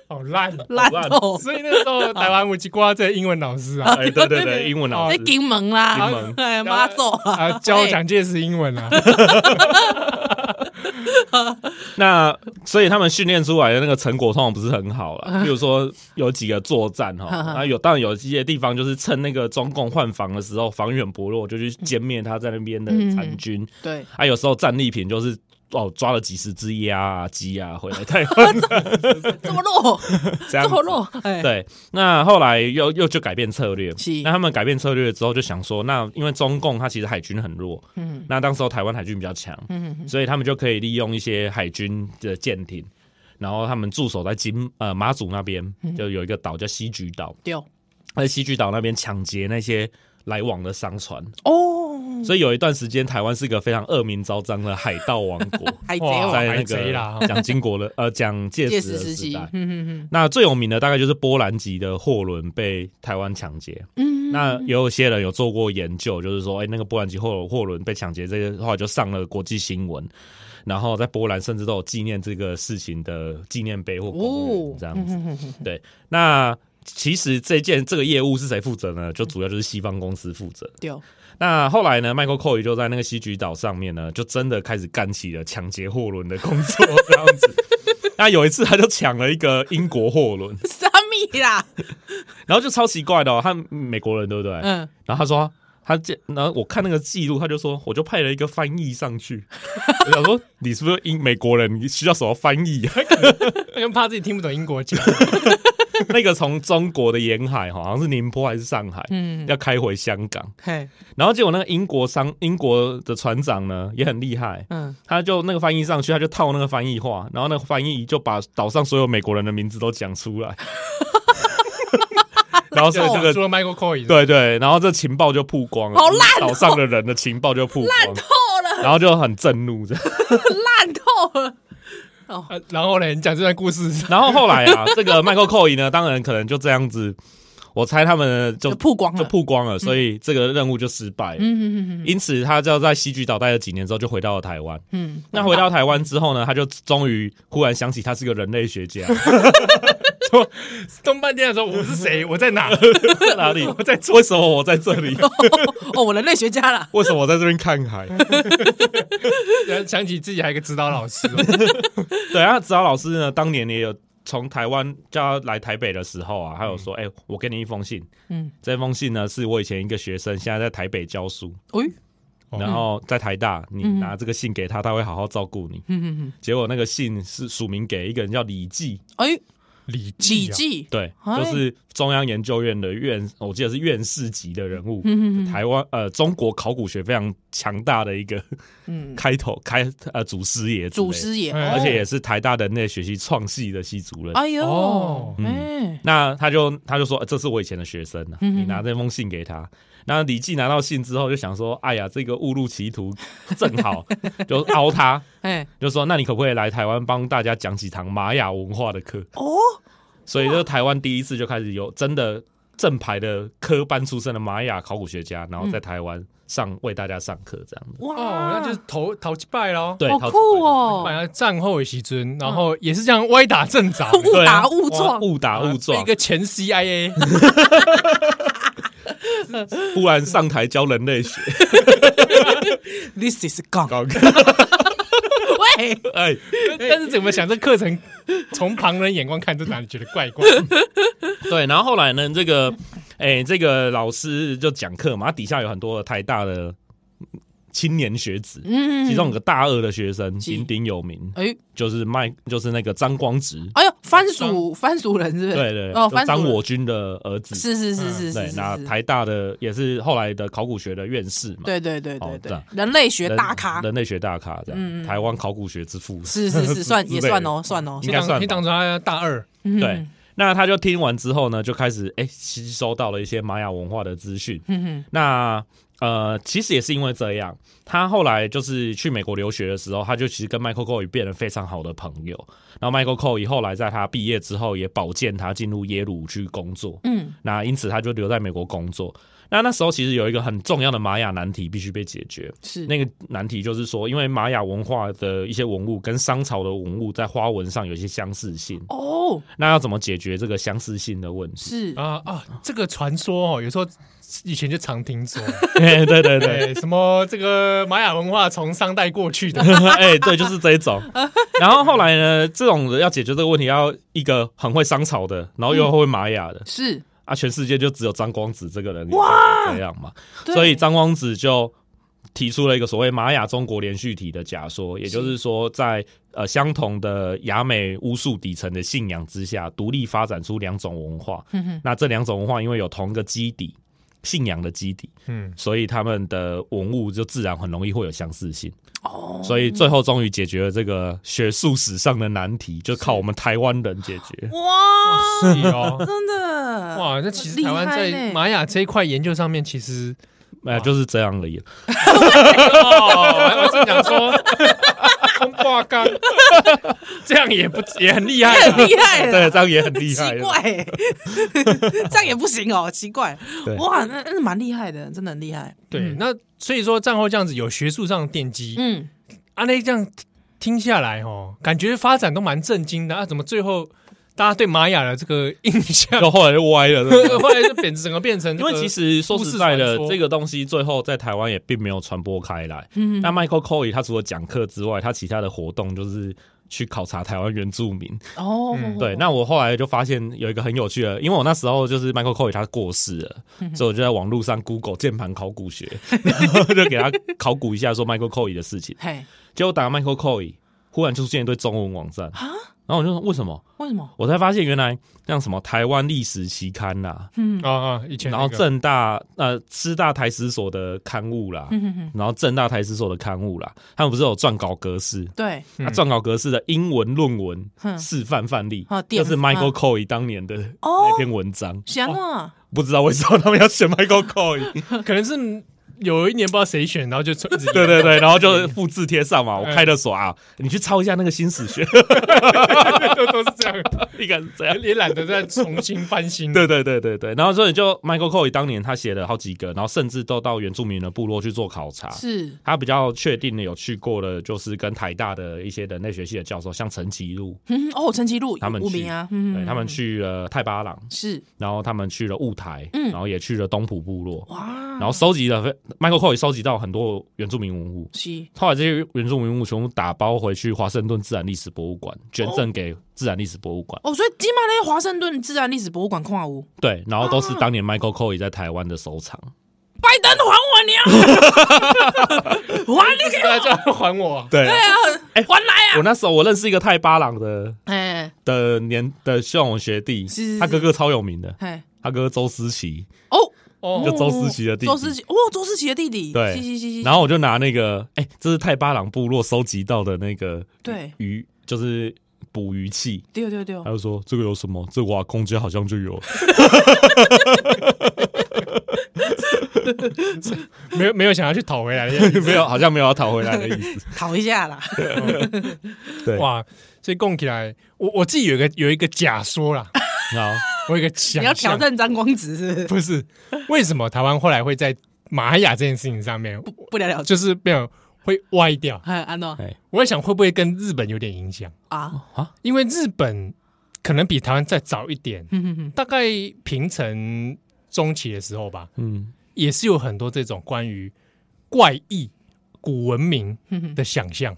Speaker 2: 好烂，啊
Speaker 3: 烂哦透，
Speaker 2: 所以那时候台湾有一挂这英文老师
Speaker 3: <laughs>
Speaker 2: 啊，
Speaker 4: 哎，对对对，英文老
Speaker 3: 在
Speaker 2: 哦
Speaker 4: 师。
Speaker 3: 金门啦
Speaker 4: 金门，
Speaker 3: 哎妈祖
Speaker 2: 啊
Speaker 3: 啊，
Speaker 2: 教蒋介石英文
Speaker 3: <laughs>
Speaker 2: 啊，
Speaker 4: 那所以他们训练出来的那个成果通常不是很好
Speaker 2: <laughs>
Speaker 4: 了。比如说有几个作战哈，啊有当然有一些地方就是趁那个中共换防的时候，防御很薄弱，就去歼灭他在那边的残军。
Speaker 2: 嗯
Speaker 3: 对
Speaker 4: 啊，有时候战利品就是哦抓了几十只鸭啊、鸡啊回来
Speaker 2: <laughs>
Speaker 4: 台湾，
Speaker 3: 对，这么弱，
Speaker 4: 这样
Speaker 3: 这
Speaker 4: 子
Speaker 3: 么弱，哎，
Speaker 4: 对，那后来又又就改变策略
Speaker 3: 是，
Speaker 4: 那他们改变策略之后就想说，那因为中共它其实海军很弱，
Speaker 3: 嗯
Speaker 4: 那当时候台湾海军比较强，
Speaker 3: 嗯，
Speaker 4: 所以他们就可以利用一些海军的舰艇，然后他们驻守在金呃马祖那边，就有一个岛叫西莒岛，
Speaker 3: 丢
Speaker 4: 在西莒岛那边抢劫那些来往的商船，
Speaker 3: 哦，
Speaker 4: 所以有一段时间台湾是一个非常恶名昭彰的海盗王国。
Speaker 3: 海贼
Speaker 2: 哇
Speaker 3: 王
Speaker 4: 在那
Speaker 2: 海贼啦
Speaker 4: 个蒋经国的呃蒋
Speaker 3: <laughs>
Speaker 4: 介
Speaker 3: 戒
Speaker 4: 石
Speaker 3: 指
Speaker 4: 的
Speaker 3: 时
Speaker 4: 时
Speaker 3: 期
Speaker 4: 代，，
Speaker 3: 嗯嗯
Speaker 4: 那最有名的大概就是波兰籍的货轮被台湾抢劫。
Speaker 3: 嗯，
Speaker 4: 那也有些人有做过研究，就是说，哎、那个波兰籍货货轮被抢劫这些，后来就上了国际新闻。然后在波兰甚至都有纪念这个事情的纪念碑或公
Speaker 3: 哦
Speaker 4: 园，这样子。对，那其实这件这个业务是谁负责呢？就主要就是西方公司负责。
Speaker 3: 丢
Speaker 4: 那后来呢，Michael Coy 就在那个西局岛上面呢，就真的开始干起了抢劫货轮的工作，这样子。那有一次，他就抢了一个英国货轮，
Speaker 3: 沙米啦，
Speaker 4: 然后就超奇怪的、哦，他美国人对不对？
Speaker 3: 嗯，
Speaker 4: 然后他说他这，然后我看那个记录，他就说我就派了一个翻译上去， <laughs> 我想说你是不是英美国人？你需要什么翻译 <laughs> 啊？
Speaker 2: 因为怕自己听不懂英国讲，
Speaker 4: 那个从中国的沿海哈，好像是宁波还是上海，嗯，要开回香港，
Speaker 3: 嘿，
Speaker 4: 然后结果那个英国商英国的船长呢也很厉害，
Speaker 3: 嗯，
Speaker 4: 他就那个翻译上去，他就套那个翻译话，然后那个翻译就把岛上所有美国人的名字都讲
Speaker 3: <laughs>
Speaker 4: 出来，然 <laughs> 后所以这个
Speaker 2: 除了 Michael Coy，
Speaker 4: 对对，然后这情报就曝光了，
Speaker 3: 好烂哦
Speaker 4: 岛上的人的情报就曝光，
Speaker 3: 透了，
Speaker 4: 然后就很震怒 <laughs> 这样。
Speaker 3: 烂透了，
Speaker 2: 啊然后呢，你讲这段故事， <laughs>
Speaker 4: 然后后来啊，这个 Michael Coy 呢，当然可能就这样子。我猜他们就
Speaker 3: 就曝光了
Speaker 4: 就曝光了，所以这个任务就失败了。
Speaker 3: 嗯嗯嗯
Speaker 4: 因此，他就在西局岛待了几年之后，就回到了台湾。
Speaker 3: 嗯，
Speaker 4: 那回到台湾之后呢，他就终于忽然想起他是个人类学家，
Speaker 2: 说东半天的时候，我是
Speaker 4: <laughs>
Speaker 2: 谁？我在哪？
Speaker 4: 在哪里？ <laughs> 我在为什么我在这里？
Speaker 3: 哦，我人类学家啦，
Speaker 4: 为什么我在这边看海？
Speaker 2: 然后想起自己还有一个指导老
Speaker 4: <laughs>
Speaker 2: 师哦，
Speaker 4: 对啊，指导老师呢，当年也有从台湾叫他来台北的时候啊，他有说：“哎、我给你一封信，
Speaker 3: 嗯，
Speaker 4: 这封信呢是我以前一个学生，现在在台北教书，
Speaker 3: 哎，
Speaker 2: 哦
Speaker 4: 然后在台大，你
Speaker 3: 嗯
Speaker 4: 拿这个信给他，他会好好照顾你。”
Speaker 3: 嗯嗯嗯，
Speaker 4: 结果那个信是署名给一个人叫李济，
Speaker 3: 哎，
Speaker 2: 李
Speaker 3: 李
Speaker 2: 济啊，
Speaker 3: 记，
Speaker 4: 对，
Speaker 3: 哎
Speaker 4: 就是中央研究院的院，我记得是院士级的人物，
Speaker 3: 嗯嗯嗯
Speaker 4: 台湾呃中国考古学非常强大的一个
Speaker 3: 嗯，
Speaker 4: <laughs> 开头开呃祖师爷之类
Speaker 3: 祖
Speaker 4: 的，
Speaker 3: 师爷，
Speaker 2: 哎
Speaker 3: 哦
Speaker 4: 而且也是台大人类学习创系的系主任。
Speaker 3: 哎呦，
Speaker 2: 哦
Speaker 3: 哎，
Speaker 4: 那他就他就说、呃这是我以前的学生、啊，
Speaker 3: 嗯嗯嗯
Speaker 4: 你拿这封信给他。那李记拿到信之后就想说，哎呀，这个误入歧途，正
Speaker 3: <laughs>
Speaker 4: 好就凹他，
Speaker 3: 哎，
Speaker 4: 就说那你可不可以来台湾帮大家讲几堂玛雅文化的课？
Speaker 3: 哦，
Speaker 4: 所以就是台湾第一次就开始有真的正牌的科班出身的玛雅考古学家，然后在台湾上、为大家上课这样子。
Speaker 3: 哇，
Speaker 2: 哦，那就是头头击败喽。
Speaker 4: 对，
Speaker 3: 好
Speaker 4: 陶子
Speaker 3: 酷
Speaker 2: 买
Speaker 3: 哦，嗯
Speaker 2: 了战后的时阵，然后也是这样歪打正着，
Speaker 3: <laughs> 误
Speaker 4: 对啊
Speaker 3: 打误撞啊
Speaker 4: 哇，误打误
Speaker 2: 被
Speaker 4: 撞
Speaker 2: 一，个前
Speaker 3: <laughs>
Speaker 2: CIA
Speaker 4: 忽然上台教人类学，
Speaker 3: This is gone。
Speaker 4: 搞个
Speaker 3: <laughs> 喂，
Speaker 4: 哎，
Speaker 2: 但是怎么想这课程，从旁人眼光看，都哪里觉得怪
Speaker 3: <laughs>
Speaker 2: 怪？
Speaker 4: 对，然后后来呢，这个哎，这个老师就讲课嘛，他底下有很多台大的青年学子。
Speaker 3: 嗯，
Speaker 4: 其中有个大二的学生
Speaker 3: 是
Speaker 4: 鼎鼎有名，
Speaker 3: 哎
Speaker 4: 就是麦，就是那个张光直，
Speaker 3: 哎呦，番薯番薯人是不是？
Speaker 4: 对对，
Speaker 3: 哦，
Speaker 4: 就
Speaker 3: 番薯
Speaker 4: 张
Speaker 3: 人
Speaker 4: 我军的儿子，
Speaker 3: 是是是是
Speaker 4: 对
Speaker 3: 是，，
Speaker 4: 那
Speaker 3: 是
Speaker 4: 台大的也是后来的考古学的院士嘛，
Speaker 3: 对对对对
Speaker 4: 哦这
Speaker 3: 对
Speaker 4: 样，
Speaker 3: 人类学
Speaker 4: 人，
Speaker 3: 大咖
Speaker 4: 人类学大咖这样，
Speaker 3: 嗯嗯
Speaker 4: 台湾考古学之父。
Speaker 3: <laughs> 是是是，算也
Speaker 4: 之类的
Speaker 3: 算哦，算哦，
Speaker 4: 应该算吧
Speaker 2: 你当初他大二，
Speaker 3: 嗯
Speaker 4: 对，那他就听完之后呢，就开始哎、吸收到了一些玛雅文化的资讯。
Speaker 3: 嗯哼
Speaker 4: 那呃，其实也是因为这样，他后来就是去美国留学的时候，他就其实跟 Michael Cole 也变得非常好的朋友。然后 Michael Cole 后来在他毕业之后，也保荐他进入耶鲁去工作。
Speaker 3: 嗯，
Speaker 4: 那因此他就留在美国工作。那那时候其实有一个很重要的玛雅难题必须被解决，
Speaker 3: 是
Speaker 4: 那个难题就是说，因为玛雅文化的一些文物跟商朝的文物在花纹上有一些相似性，
Speaker 3: 哦，
Speaker 4: 那要怎么解决这个相似性的问题？ <laughs>
Speaker 3: 是
Speaker 2: 啊啊，这个传说哦，有时候以前就常听说，
Speaker 4: 哎，对对 <laughs> 对，
Speaker 2: 对，
Speaker 4: <laughs>
Speaker 2: 什么这个玛雅文化从商代过去的，
Speaker 4: 哎，对，就是这一种。然后后来呢，这种的要解决这个问题，要一个很会商朝的，然后又会玛雅的、
Speaker 3: 是，
Speaker 4: 啊，全世界就只有张光子这个人哇这样嘛，
Speaker 3: 对
Speaker 4: 所以张光子就。提出了一个所谓玛雅中国连续体的假说，也就是说在，呃相同的雅美巫术底层的信仰之下，独立发展出两种文化。
Speaker 3: 嗯哼
Speaker 4: 那这两种文化因为有同一个基底，信仰的基底，
Speaker 2: 嗯，
Speaker 4: 所以他们的文物就自然很容易会有相似性。哦，所以最后终于解决了这个学术史上的难题，就靠我们台湾人解决。
Speaker 3: 哇，
Speaker 2: 是哦。
Speaker 3: 真的
Speaker 2: 哇，那其实台湾
Speaker 3: 厉
Speaker 2: 在
Speaker 3: 害呢
Speaker 2: 玛雅这一块研究上面，其实
Speaker 4: 哎，就是这样而已。
Speaker 2: 哦，我正想
Speaker 4: <laughs>
Speaker 2: 说，空挂缸，这样也不也很厉害啊，
Speaker 3: 很厉害
Speaker 4: 对，
Speaker 3: 了，
Speaker 4: 这样也很厉
Speaker 3: 奇
Speaker 4: 害。
Speaker 3: 怪欸，这样也不行哦，奇怪
Speaker 4: 对，
Speaker 3: 哇，那那蛮厉害的，真的很厉害，
Speaker 2: 对，
Speaker 3: 嗯
Speaker 2: 那所以说战后这样子有学术上的奠基，
Speaker 3: 嗯，
Speaker 2: 啊，那这样听下来哦，感觉发展都蛮震惊的啊，怎么最后大家对玛雅的这个印 <laughs> 象，
Speaker 4: 就后来就歪了，对不对
Speaker 2: 后来就变整个变成这
Speaker 4: 因
Speaker 2: 个、
Speaker 4: 为其实说实在的
Speaker 2: 都市传，说
Speaker 4: 这个东西最后在台湾也并没有传播开来。
Speaker 3: 嗯
Speaker 4: 那 Michael Cole 他除了讲课之外，他其他的活动就是去考察台湾原住民。
Speaker 3: 哦，
Speaker 2: 嗯
Speaker 4: 对，那我后来就发现有一个很有趣的，因为我那时候就是 Michael Cole 他过世了，
Speaker 3: 嗯
Speaker 4: 所以我就在网络上 Google 键盘考古学， <laughs> 然后就给他考古一下说 Michael Cole 的事情。
Speaker 3: 嘿，
Speaker 4: 结果打 Michael Cole，忽然就出现一堆中文网站，
Speaker 3: 啊，
Speaker 4: 然后我就说为什么？
Speaker 3: 为什么？
Speaker 4: 我才发现原来像什么台湾历史期刊啦、
Speaker 3: 嗯
Speaker 2: 啊啊，以前、
Speaker 4: 然后，正大呃师大台史所的刊物啦，
Speaker 3: 嗯哼哼，
Speaker 4: 然后正大台史所的刊物啦，他们不是有撰稿格式？
Speaker 3: 对，
Speaker 4: 那、
Speaker 2: 嗯
Speaker 4: 撰稿格式的英文论文
Speaker 3: 哼
Speaker 4: 示范范例
Speaker 3: 啊，
Speaker 4: 就
Speaker 3: 典
Speaker 4: 是
Speaker 3: 范
Speaker 4: Michael Cole 当年的
Speaker 3: 哦
Speaker 4: 那篇文章，
Speaker 3: 想啊，
Speaker 4: 哦
Speaker 3: <laughs>
Speaker 4: 不知道为什么他们要选 Michael Cole，
Speaker 2: 可能是有一年不知道谁选，然后就一直
Speaker 4: 对对对，然后就复制贴上
Speaker 3: 嗯
Speaker 4: 嘛，我开的锁啊，你去抄一下那个新史学， <laughs>
Speaker 2: 都 <laughs> 都是这样，
Speaker 4: 应该是这样。
Speaker 2: 也懒得再重新翻新。
Speaker 4: 对对对对对，然后所以就 Michael Cole 当年他写了好几个，然后甚至都到原住民的部落去做考察。
Speaker 3: 是
Speaker 4: 他比较确定的有去过的，就是跟台大的一些人类学系的教授，像陈吉禄，
Speaker 3: 嗯哦，陈其路
Speaker 4: 他们
Speaker 3: 五
Speaker 4: 去
Speaker 3: 名啊，嗯，
Speaker 4: 对，他们
Speaker 3: 嗯
Speaker 4: 去了泰巴朗，
Speaker 3: 是
Speaker 4: 然后他们去了雾台，
Speaker 3: 嗯
Speaker 4: 然后也去了东埔部落，
Speaker 3: 哇，
Speaker 4: 然后收集了 Michael Cole 也收集到很多原住民文物，
Speaker 3: 是
Speaker 4: 后来这些原住民文物全部打包回去华盛顿自然历史博物馆，捐赠给自然历史博物馆。
Speaker 3: 哦，所以金马勒华盛顿自然历史博物馆跨屋，
Speaker 4: 对，然后都是当年 Michael Cole 在台湾的收藏。
Speaker 3: 拜登还我娘， <laughs> 还你给
Speaker 2: 大家还我，
Speaker 3: <laughs>
Speaker 4: 对啊，
Speaker 3: 我，还来
Speaker 4: 我
Speaker 3: 啊！
Speaker 4: 那时候我认识一个泰巴朗的
Speaker 3: 哎
Speaker 4: 的年的校友学弟，
Speaker 3: 是是
Speaker 4: 他哥哥超有名的，
Speaker 3: 哎
Speaker 4: 他哥哥周思齐。
Speaker 3: 哦，
Speaker 2: 哦
Speaker 4: 就周思齐的弟弟
Speaker 3: 周思琪哦，周思齐的弟弟，
Speaker 4: 对
Speaker 3: 是是是是，
Speaker 4: 然后我就拿那个，哎、这是泰巴朗部落收集到的那个
Speaker 3: 对
Speaker 4: 鱼，就是捕鱼器。
Speaker 3: 对对对，
Speaker 4: 他就说这个有什么？这哇，空间好像就有。
Speaker 2: 没有没有想要去讨回 <laughs> 来的样子
Speaker 4: <laughs> 没有，好像没有要讨回来的
Speaker 3: <laughs>
Speaker 4: 意思。
Speaker 3: 考一下
Speaker 4: <laughs>
Speaker 3: 啦，
Speaker 4: 对，
Speaker 2: 哇！所以供起来，我我自己有一个有一个假说啦，
Speaker 4: 好，
Speaker 2: 我有 <laughs> 一个想象
Speaker 3: 你要挑战张光直是不
Speaker 2: <laughs>
Speaker 3: 是？
Speaker 2: 不是为什么台湾后来会在玛雅这件事情上面，
Speaker 3: 不了了 <laughs> 之，
Speaker 2: 就是没有会歪掉？
Speaker 3: 哎，安诺
Speaker 4: 哎
Speaker 2: 我在想会不会跟日本有点影响，
Speaker 4: 哦
Speaker 3: 啊，
Speaker 2: 因为日本可能比台湾再早一点，
Speaker 3: 嗯嗯嗯，
Speaker 2: 大概平成中期的时候吧，
Speaker 4: 嗯，
Speaker 2: 也是有很多这种关于怪异古文明的想象。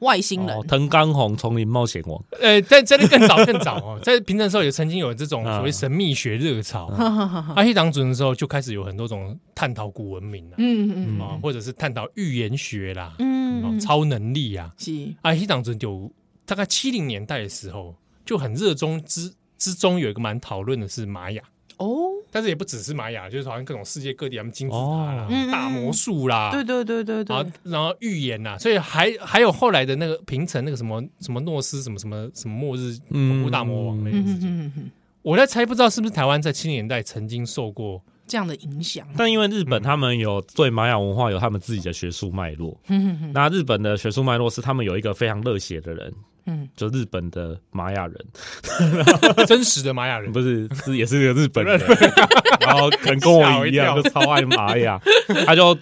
Speaker 3: 外星人 <laughs>
Speaker 4: 哦，藤冈红丛林冒险王，
Speaker 2: 呃，在在那更早更早哦，在平成的时候也曾经有这种所谓神秘学热潮，
Speaker 3: 啊嗯
Speaker 2: 啊阿西党主任的时候就开始有很多种探讨古文明啦，
Speaker 3: 嗯嗯
Speaker 2: 啊，
Speaker 4: 哦
Speaker 2: 或者是探讨预言学啦，
Speaker 3: 嗯
Speaker 2: 哦
Speaker 3: 嗯，
Speaker 2: 超能力啊，
Speaker 3: 是
Speaker 2: 阿西党主任有大概七零年代的时候就很热衷之之中有一个蛮讨论的是玛雅。
Speaker 3: 哦，
Speaker 2: 但是也不只是玛雅，就是好像各种世界各地，他们金字塔啦、
Speaker 4: 哦
Speaker 3: 嗯嗯嗯
Speaker 2: 大魔术啦，
Speaker 4: 啊
Speaker 3: 对对对对
Speaker 2: 然
Speaker 3: 对
Speaker 2: 后，然后预言呐、所以还还有后来的那个平成那个什么什么诺斯什么什么什么末日
Speaker 4: 嗯
Speaker 2: 恐怖大魔王那
Speaker 3: 嗯
Speaker 2: 件事
Speaker 3: 嗯
Speaker 2: 情，
Speaker 3: 嗯嗯，
Speaker 2: 我在猜不知道是不是台湾在七零年代曾经受过，
Speaker 3: 这样的影响，
Speaker 4: 但因为日本他们有对玛雅文化有他们自己的学术脉络，
Speaker 3: 嗯嗯
Speaker 4: 那日本的学术脉络是他们有一个非常热血的人，
Speaker 3: 嗯，
Speaker 4: 就日本的玛雅人，
Speaker 2: 真实的玛雅
Speaker 3: <laughs>
Speaker 2: 人
Speaker 4: 不是是也是个
Speaker 2: <laughs>
Speaker 4: 日本人，然后可能跟我一
Speaker 2: 吓我
Speaker 4: 样
Speaker 2: 一跳
Speaker 4: 就超爱玛雅，他就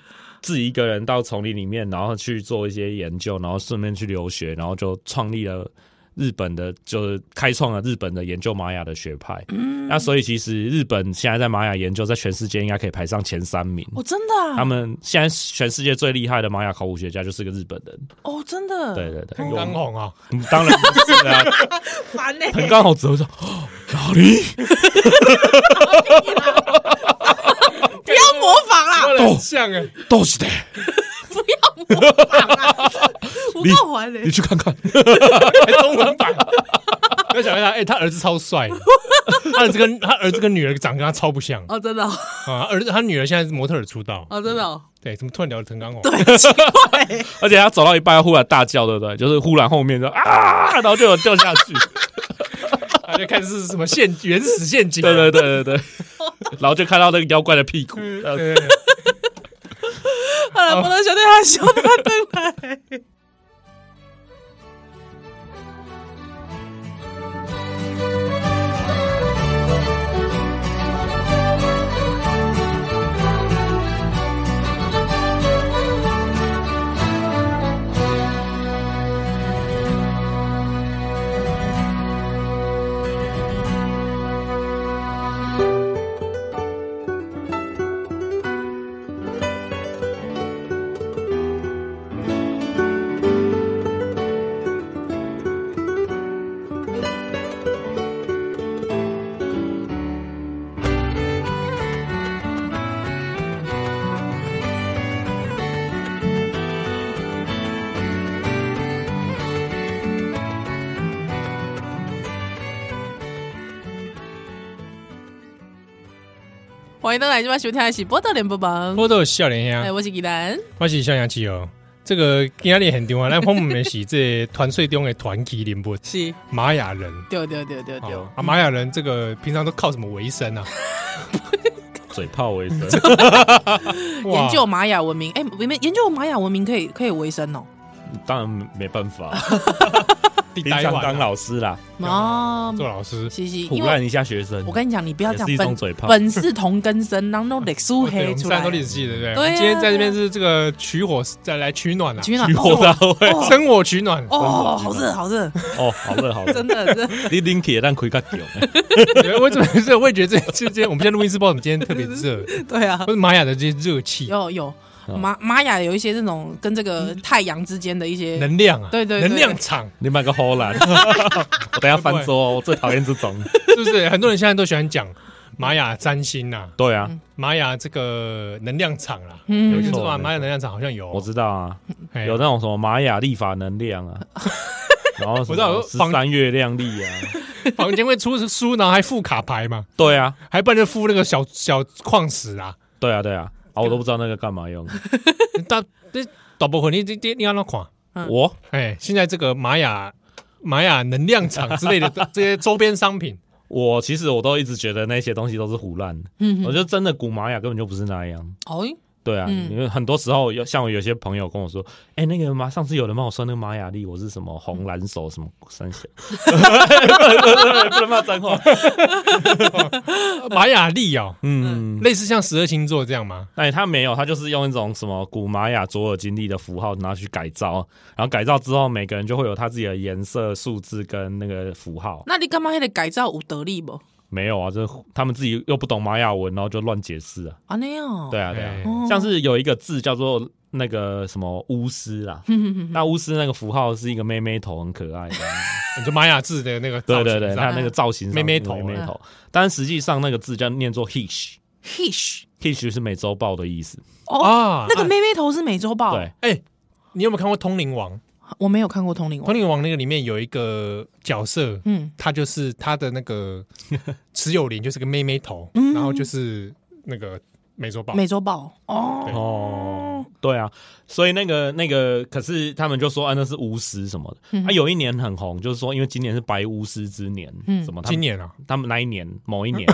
Speaker 4: 自己一个人到丛林里面，然后去做一些研究，然后顺便去留学，然后就创立了。日本的就是开创了日本的研究玛雅的学派，那所以其实日本现在在玛雅研究在全世界应该可以排上前三名。
Speaker 3: 哦，真的啊，
Speaker 4: 他们现在全世界最厉害的玛雅考古学家就是个日本人，
Speaker 3: 哦，真的，
Speaker 4: 对对对，
Speaker 2: 很刚红啊，
Speaker 4: 嗯当然不是啊，
Speaker 2: <laughs>
Speaker 3: 烦欸呢、
Speaker 4: 很刚好只会说 <gasps> 哦哪里
Speaker 3: 不要模仿啦，
Speaker 2: 很像哎，
Speaker 4: 都是的，
Speaker 3: 不要模仿啦，我告还嘞
Speaker 4: 你，去看看，
Speaker 2: 还哎中文版。 <laughs> 你要想一下，哎、他儿子超帅 <laughs> 的，他儿子跟他儿子跟女儿长得跟他超不像
Speaker 3: 哦，真的哦，
Speaker 2: 啊，儿子他女儿现在是模特儿出道，
Speaker 3: 哦真的哦，
Speaker 2: 对，怎么突然聊到藤冈红？ <laughs>
Speaker 3: 对，奇怪，
Speaker 4: 而且他走到一半忽然大叫，对不对？就是忽然后面就啊，然后就有掉下去，
Speaker 2: 大家看是什么陷原始陷阱、
Speaker 4: 对对对对对，然后就看到那个妖怪的屁股，
Speaker 3: 嗯
Speaker 4: 呃
Speaker 2: 对对对
Speaker 3: 好了，不能小队他笑他登来。欢迎登来，今晚收听的是《波特联播榜》，
Speaker 2: 我都有笑脸呀
Speaker 3: 哎，。我是吉兰，
Speaker 2: 我是向阳基哦，这个今天很重要，咱我们是这团队中的团体人物
Speaker 3: 是，
Speaker 2: 玛雅人。
Speaker 3: 对对对对对，
Speaker 2: 哦啊，玛雅人这个平常都靠什么为生啊？
Speaker 4: 嘴炮为生。
Speaker 2: 哇
Speaker 3: 研究玛雅文明，哎、你们研究玛雅文明可以可以维生哦。
Speaker 4: 当然没办法，
Speaker 2: 地
Speaker 4: 平
Speaker 2: 呆
Speaker 4: 常
Speaker 2: 完
Speaker 4: 当
Speaker 2: 啊
Speaker 4: 老师啦，
Speaker 3: 哦，
Speaker 2: 做老师，
Speaker 3: 嘻嘻，
Speaker 4: 胡
Speaker 3: 因为
Speaker 4: 乱一下学生
Speaker 3: 我。跟你讲，你不要
Speaker 4: 也
Speaker 3: 讲
Speaker 4: 是一种
Speaker 3: 本
Speaker 4: 嘴炮
Speaker 3: 本是同根生，然后都得书
Speaker 2: 哦对我
Speaker 3: 黑
Speaker 2: 们
Speaker 3: 出
Speaker 2: 三
Speaker 3: 来
Speaker 2: 个都。历史系的，对不对？
Speaker 3: 对啊
Speaker 2: 我们今天在这边是这个取火，再来取暖啊，
Speaker 3: 取
Speaker 4: <laughs>
Speaker 3: 暖
Speaker 4: 举火大会
Speaker 3: 哦
Speaker 2: 生火取暖。
Speaker 3: 哦，好热好热，
Speaker 4: 哦，好热好热
Speaker 3: 真，的真的。
Speaker 4: 你 Linky 也让亏个屌，
Speaker 2: 我怎么热？我也觉得这这这，我们现在录音室不知道怎么今天特别
Speaker 3: <laughs>
Speaker 2: 热，
Speaker 3: 对啊
Speaker 2: 不，是玛雅的这些热气、
Speaker 3: 有有
Speaker 4: 哦
Speaker 3: 玛玛雅有一些这种跟这个太阳之间的一些，
Speaker 2: 能量啊，
Speaker 3: 对对对
Speaker 2: 能量场，
Speaker 4: 你买个
Speaker 3: <laughs>
Speaker 4: 荷兰，我等下翻桌哦，我最讨厌这种。
Speaker 2: 是不是？很多人现在都喜欢讲玛雅占星呐、啊，
Speaker 4: 对啊，
Speaker 2: 玛雅这个能量场啦、
Speaker 4: 没
Speaker 2: 有
Speaker 3: 嗯，
Speaker 2: 听
Speaker 4: 错
Speaker 2: 说吧？
Speaker 4: 没错
Speaker 2: 玛雅能量场好像有哦，
Speaker 4: 我知道啊，
Speaker 2: 嘿
Speaker 4: 有那种什么玛雅历法能
Speaker 3: <laughs>
Speaker 4: 量啊，然后
Speaker 2: 我知道有
Speaker 4: 十
Speaker 2: 房
Speaker 4: 三月亮历啊，
Speaker 2: 房间会出书，然后还附卡牌嘛，
Speaker 4: 对啊，
Speaker 2: 还不然就附那个小小矿石啊。
Speaker 4: 对啊，对啊，啊，我都不知道那个干嘛用。 <laughs>
Speaker 2: 大这大部分你你你你要那款，
Speaker 3: 嗯
Speaker 4: 我
Speaker 2: 哎，现在这个玛雅玛雅能量场之类的 <laughs> 这些周边商品，
Speaker 4: 我其实我都一直觉得那些东西都是胡乱的，
Speaker 3: 嗯
Speaker 4: 我觉得真的古玛雅根本就不是那样。
Speaker 3: 哦，
Speaker 4: 对啊，
Speaker 3: 嗯
Speaker 4: 因为很多时候有像我有些朋友跟我说，哎、那个嘛，上次有人帮我算那个玛雅历，我是什么红蓝手什么三 <laughs> 小，不能骂脏话。
Speaker 2: 玛雅历哦，
Speaker 4: <laughs> 嗯，
Speaker 2: 类似像十二星座这样吗？
Speaker 4: 哎、他没有，他就是用一种什么古玛雅左耳经历的符号拿去改造，然后改造之后，每个人就会有他自己的颜色、数字跟那个符号。
Speaker 3: 那你干嘛还得改造有得力不？
Speaker 4: 没有啊，这他们自己又不懂玛雅文，然后就乱解释啊。
Speaker 3: 啊那样，
Speaker 4: 对，啊，对啊，
Speaker 2: 哎
Speaker 3: 哦
Speaker 4: 像是有一个字叫做那个什么巫师啦，那巫师那个符号是一个妹妹头，很
Speaker 2: <laughs>
Speaker 4: 可爱的。
Speaker 2: 你说玛雅字的那个造
Speaker 4: 对
Speaker 2: 型
Speaker 4: 对对，
Speaker 2: 上
Speaker 4: 它那个造型上
Speaker 2: 妹妹
Speaker 4: 是
Speaker 2: 头
Speaker 4: 妹妹
Speaker 2: 嗯
Speaker 4: 头，但实际上那个字叫念作 hish，hish
Speaker 3: Hish，
Speaker 4: 是美洲豹的意思。
Speaker 3: 哦，
Speaker 2: 啊
Speaker 3: 那个妹妹头是美洲豹，
Speaker 4: 对，
Speaker 2: 哎，你有没有看过《通灵王》？
Speaker 3: 我没有看过通灵
Speaker 2: 《
Speaker 3: 王
Speaker 2: 通，灵王》那个里面有一个角色，
Speaker 3: 嗯
Speaker 2: 他就是他的那
Speaker 3: <laughs>
Speaker 2: 个持有灵就是个妹妹头，
Speaker 3: 嗯
Speaker 2: 然后就是那个美洲豹。
Speaker 3: 美洲豹，哦，
Speaker 2: 对
Speaker 4: 哦，对啊，所以那个那个，可是他们就说啊，那是巫师什么的。啊，有一年很红，就是说因为今年是白巫师之年，
Speaker 3: 嗯
Speaker 4: 什么他们
Speaker 2: 今年啊，
Speaker 4: 他们那一年
Speaker 3: <laughs>
Speaker 4: 某一年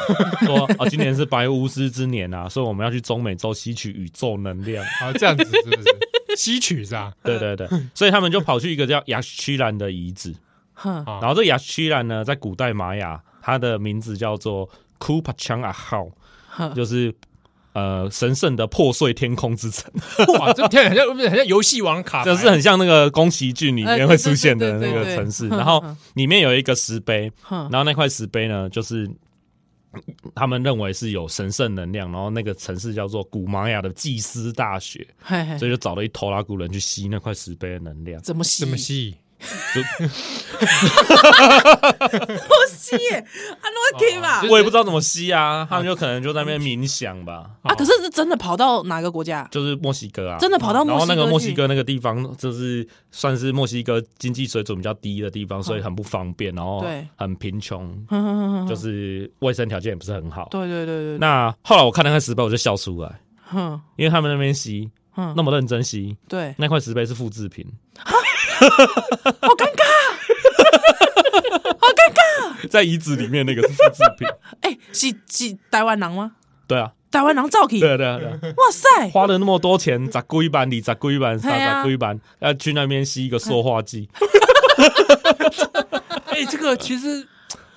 Speaker 4: 说啊，今年是白巫师之年啊，所以我们要去中美洲吸取宇宙
Speaker 3: <laughs>
Speaker 4: 能量。
Speaker 2: 啊这样子是不是吸取是吧？
Speaker 4: 对对对，所以他们就跑去一个叫雅屈兰的
Speaker 3: <laughs>
Speaker 4: 遗址，
Speaker 3: 哼，
Speaker 2: 啊
Speaker 4: 然后这雅屈兰呢，在古代玛雅，它的名字叫做 Kupachang a h a
Speaker 3: 哼
Speaker 4: 就是呃神圣的破碎天空之城，
Speaker 2: 哇，这天很像不是很像游戏王卡牌，
Speaker 4: <laughs> 就是很像那个宫崎骏里面会出现的那
Speaker 3: 哎对对对
Speaker 4: 个
Speaker 3: 对对
Speaker 4: 城市。
Speaker 3: 哼
Speaker 4: 然后
Speaker 3: 哼
Speaker 4: 里面有一个石碑，
Speaker 3: 哼
Speaker 4: 然后那块石碑呢，就是他们认为是有神圣能量，然后那个城市叫做古玛雅的祭司大学，
Speaker 3: 嘿嘿，
Speaker 4: 所以就找了一头拉古人去吸那块石碑的能量。
Speaker 3: 怎么吸？
Speaker 2: 怎
Speaker 3: <laughs>
Speaker 2: 么吸？
Speaker 3: 我吸耶？啊，我给吧
Speaker 2: 就。是
Speaker 4: 我也不知道怎么吸啊，他们就可能就在那边冥想吧，
Speaker 3: 嗯啊，可是是真的跑到哪个国家？
Speaker 4: 就是墨西哥啊，
Speaker 3: 真的跑到
Speaker 4: 然
Speaker 3: 墨西
Speaker 4: 后
Speaker 3: 哥
Speaker 4: 那个
Speaker 3: 去
Speaker 4: 墨西哥那个地方，就是算是墨西哥经济水准比较低的地方，所以很不方便，然后
Speaker 3: 嗯对
Speaker 4: 很贫穷，
Speaker 3: 哼哼哼哼
Speaker 4: 就是卫生条件也不是很好。
Speaker 3: 对对对对，
Speaker 4: 那后来我看那块石碑，我就笑出来，
Speaker 3: 哼
Speaker 4: 因为他们那边吸
Speaker 3: 哼，
Speaker 4: 那么认真吸，
Speaker 3: 对，
Speaker 4: 那块石碑是复制品，啊 <laughs> 好尴尬，啊好尴尬，在遗址里面那个是复制品，
Speaker 3: 哎，是是台湾人吗？
Speaker 4: 对啊，
Speaker 3: 台湾人造起，
Speaker 4: 对啊，对啊，对啊。
Speaker 3: 哇塞，
Speaker 4: 花了那么多钱，砸龟板，你砸龟板，啥
Speaker 3: 嘿啊
Speaker 4: 砸龟板，要去那边吸一个塑化剂，
Speaker 2: 哎，这个其实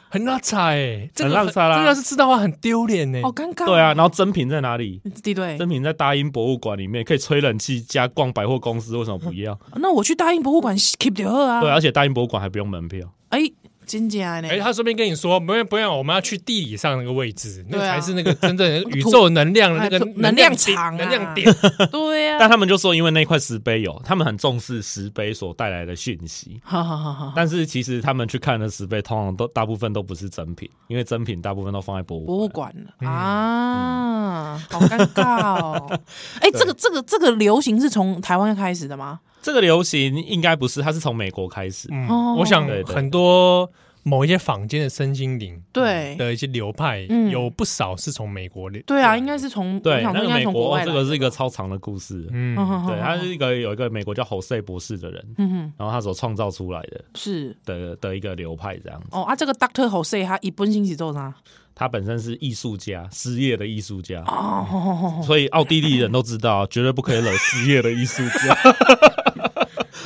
Speaker 2: 很拉差哎，这个
Speaker 4: 很拉差啦
Speaker 2: 这个要是知道的话很丢脸哎呢。
Speaker 3: 好尴尬。
Speaker 4: 对啊，，哎然后真品在哪里？
Speaker 3: 对对。
Speaker 4: 真品在大英博物馆里面，可以吹冷气加逛百货公司，为什么不要？
Speaker 3: 那我去大英博物馆 keep 掉啊。
Speaker 4: 对，，而且大英博物馆还不用门票。
Speaker 3: 哎，真假的呢？
Speaker 2: 哎，他顺便跟你说，不用不用，我们要去地理上那个位置，那个
Speaker 3: 对啊
Speaker 2: 才是那个真正的宇宙能量哎的那个
Speaker 3: 土能量
Speaker 2: 点
Speaker 3: 场啊
Speaker 2: 能量点。
Speaker 3: 对啊呀、
Speaker 4: 但他们就说，因为那块石碑有，他们很重视石碑所带来的讯息。
Speaker 3: 好好好好，
Speaker 4: 但是其实他们去看的石碑，通常都大部分都不是真品，因为真品大部分都放在博物
Speaker 3: 博
Speaker 4: 馆。
Speaker 3: 物馆了、啊，好尴尬 <laughs> 哦。哎，这个这个这个流行是从台湾开始的吗？
Speaker 4: 这个流行应该不是，它是从美国开始。
Speaker 2: 嗯
Speaker 3: 哦
Speaker 2: 我想
Speaker 4: 对对
Speaker 2: 很多某一些坊间的身心灵
Speaker 3: 对
Speaker 2: 的一些流派，
Speaker 3: 嗯
Speaker 2: 有不少是从美国的，
Speaker 3: 对啊，应该是从我
Speaker 4: 对，
Speaker 3: 想
Speaker 4: 那
Speaker 3: 说应
Speaker 4: 个
Speaker 3: 该
Speaker 4: 美
Speaker 3: 从国
Speaker 4: 国哦
Speaker 3: 外
Speaker 4: 这
Speaker 3: 来
Speaker 4: 个是一个超长的故事，
Speaker 2: 嗯
Speaker 3: 嗯，哼哼
Speaker 4: 对，
Speaker 3: 哼
Speaker 4: 他是一个有一个美国叫侯赛博士的人，
Speaker 3: 嗯哼，
Speaker 4: 然后他所创造出来的
Speaker 3: 是
Speaker 4: 的的一个流派这样子。
Speaker 3: 哦啊，这个 Doctor Jose 他一本星期做啥？
Speaker 4: 他本身是艺术家，失业的艺术家，
Speaker 3: 哦吼吼吼吼，
Speaker 4: 所以奥地利人都知道，绝对不可以惹失业的艺术
Speaker 3: <laughs>
Speaker 4: 家。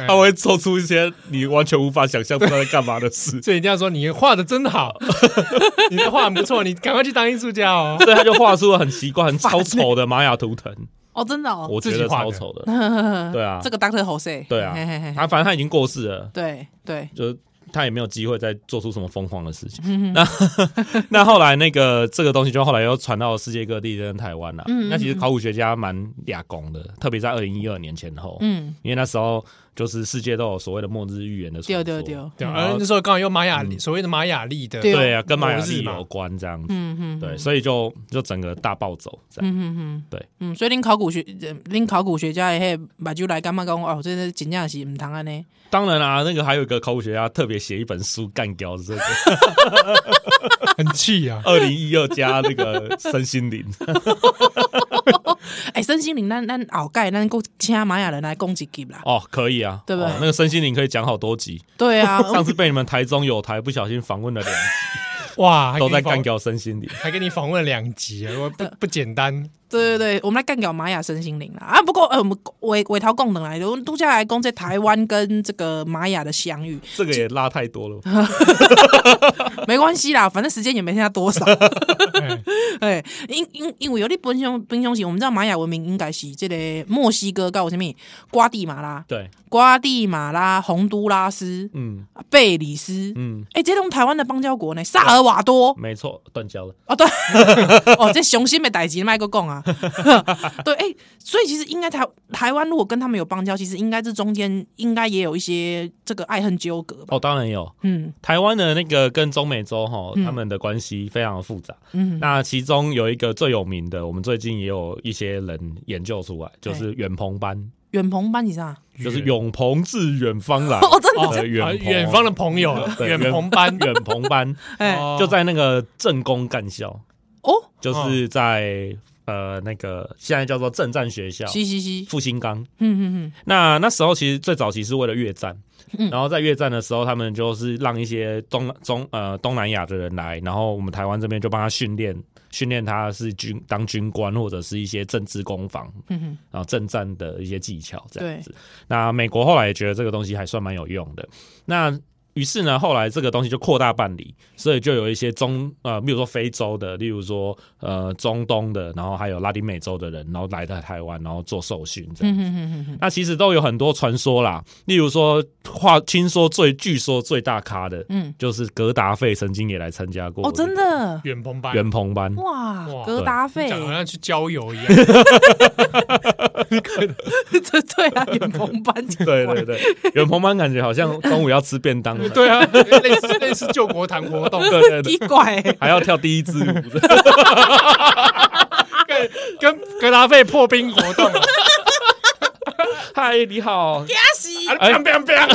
Speaker 4: 他会做出一些你完全无法想象他在干嘛的事，
Speaker 2: 所以人家说你画的真
Speaker 3: <laughs>
Speaker 2: 好，你的画很不错，你赶快去当艺术家哦。
Speaker 3: 嗯
Speaker 4: 所以他就画出了很奇怪、很超丑的玛雅图腾，
Speaker 3: 哦真的欸哦，
Speaker 4: 我觉
Speaker 2: 自己
Speaker 4: 得
Speaker 2: 画
Speaker 4: 超
Speaker 2: 的
Speaker 4: 丑
Speaker 3: <laughs>
Speaker 4: 的。对啊
Speaker 3: 这，个 Doctor Jose
Speaker 4: 对啊
Speaker 3: 嘿嘿嘿，
Speaker 4: 他反正他已经过世了，
Speaker 3: 对对，
Speaker 4: 就是他也没有机会再做出什么疯狂的事
Speaker 3: 嗯
Speaker 4: 情。那 <laughs> 那后来那个这个东西就后来又传到世界各地跟台湾了、
Speaker 3: 嗯嗯
Speaker 4: 那其实考古学家蛮俩拱的，特别在二零一二年前后，
Speaker 3: 嗯，
Speaker 4: 因为那时候就是世界都有所谓的末日预言的传
Speaker 3: 丢
Speaker 4: 说。
Speaker 3: 丢丢，
Speaker 2: 对啊，而那时候刚好有玛雅历，所谓的玛雅历的，
Speaker 3: 嗯对
Speaker 4: 对啊，跟玛雅
Speaker 2: 末日
Speaker 4: 历
Speaker 2: 嘛
Speaker 4: 有关这样子，
Speaker 3: 嗯嗯，
Speaker 4: 对，所以就就整个大暴走这样。
Speaker 3: 嗯嗯，
Speaker 4: 对，
Speaker 3: 嗯，所以恁考古学，呃恁考古学家的迄目睭来感觉讲哦，真的真正是唔通啊安尼，
Speaker 4: 当然啦、那个还有一个考古学家特别写一本书干掉这个 <laughs>
Speaker 2: 很气啊。
Speaker 4: 二零一二加那个身
Speaker 3: <laughs>
Speaker 4: 心灵，
Speaker 3: 哎、身心灵咱咱后盖咱够请玛雅人来讲一集啦，
Speaker 4: 哦，可以啊，
Speaker 3: 对不对
Speaker 4: 哦那个身心灵可以讲好多集。
Speaker 3: 对 <laughs> 啊，
Speaker 4: 上次被你们台中有台不小心访问了两集，
Speaker 2: 哇，还给
Speaker 4: 都
Speaker 2: 你
Speaker 4: 在
Speaker 2: 访
Speaker 4: 干，掉身心灵。
Speaker 2: 还给你访问了两集啊，我不不简单。
Speaker 3: 对对对，我们来干掉玛雅身心灵啦啊！不过呃，我们委委头共等来的，我们度假来攻在台湾跟这个玛雅的相遇，
Speaker 4: 这个也拉太
Speaker 3: <laughs>
Speaker 4: 多了，
Speaker 3: 没关系啦，反正时间也没剩下多少。
Speaker 2: 哎
Speaker 3: 哎，因因因为有你本身本身是，我们知道玛雅文明应该是这个墨西哥搞什么瓜地马拉、
Speaker 4: 对，
Speaker 3: 瓜地马拉、洪都拉斯、
Speaker 4: 嗯
Speaker 3: 贝里斯。
Speaker 4: 嗯，
Speaker 3: 哎、这种台湾的邦交国呢，萨尔瓦多
Speaker 4: 没错，断交了。
Speaker 3: 哦，对， <laughs> 哦，这雄心的代级麦克讲啊， <laughs> 对，哎、所以其实应该台台湾如果跟他们有邦交，其实应该这中间应该也有一些这个爱恨纠葛吧，
Speaker 4: 哦，当然有，
Speaker 3: 嗯
Speaker 4: 台湾的那个跟中美洲哈，
Speaker 3: 嗯
Speaker 4: 他们的关系非常的复杂。
Speaker 3: 嗯，
Speaker 4: 那其中有一个最有名的，我们最近也有一些人研究出来，就是远鹏班，
Speaker 3: 远鹏班级上，
Speaker 4: 就是永鹏至远方来。
Speaker 3: 哦，真的，
Speaker 4: 的
Speaker 2: 啊
Speaker 4: <laughs> 远
Speaker 2: 远方的
Speaker 4: <laughs>
Speaker 2: 朋友，
Speaker 4: 对
Speaker 2: 远鹏班，
Speaker 4: 远鹏班
Speaker 3: 哎、
Speaker 2: 哦
Speaker 4: <laughs> 就在那个正宫干校，
Speaker 3: 哦，
Speaker 4: 就是在呃那个现在叫做正战学校，
Speaker 3: 嘻嘻嘻，
Speaker 4: 复兴岗。
Speaker 3: 嗯嗯
Speaker 4: 那那时候其实最早期是为了越战，
Speaker 3: 嗯
Speaker 4: 然后在越战的时候，他们就是让一些东中呃东南亚的人来，然后我们台湾这边就帮他训练，训练他是军当军官或者是一些政治攻防，
Speaker 3: 嗯嗯
Speaker 4: 然后政战的一些技巧这样子。那美国后来也觉得这个东西还算蛮有用的，那。于是呢，后来这个东西就扩大办理，所以就有一些中呃，比如说非洲的，例如说呃中东的，然后还有拉丁美洲的人，然后来到台湾，然后做受训这样
Speaker 3: 嗯
Speaker 4: 子
Speaker 3: 嗯嗯
Speaker 4: 那其实都有很多传说啦，例如说话听说最据说最大咖的，
Speaker 3: 嗯，
Speaker 4: 就是格达费曾经也来参加过
Speaker 3: 哦，真的，
Speaker 2: 远鹏班，
Speaker 4: 圆鹏班，
Speaker 3: 哇
Speaker 2: 哇，
Speaker 3: 格达费，
Speaker 2: 讲得好
Speaker 3: 对
Speaker 2: 像去郊游一样。 <laughs>
Speaker 3: <laughs> 对啊，远鹏班级，
Speaker 4: 对
Speaker 3: <laughs>
Speaker 4: 对对，圆鹏班感觉好像中午要吃便当了，
Speaker 2: 对啊，
Speaker 4: <laughs>
Speaker 2: 类似类似救国团活动，
Speaker 4: 对对对，
Speaker 3: 奇
Speaker 4: <laughs>
Speaker 3: 怪、欸，
Speaker 4: 还要跳第一支舞，
Speaker 2: 跟跟格达费破冰活
Speaker 4: <laughs>
Speaker 2: 动啊，
Speaker 4: 嗨，你好，
Speaker 3: 假死
Speaker 2: 啊砰砰砰！
Speaker 4: 哎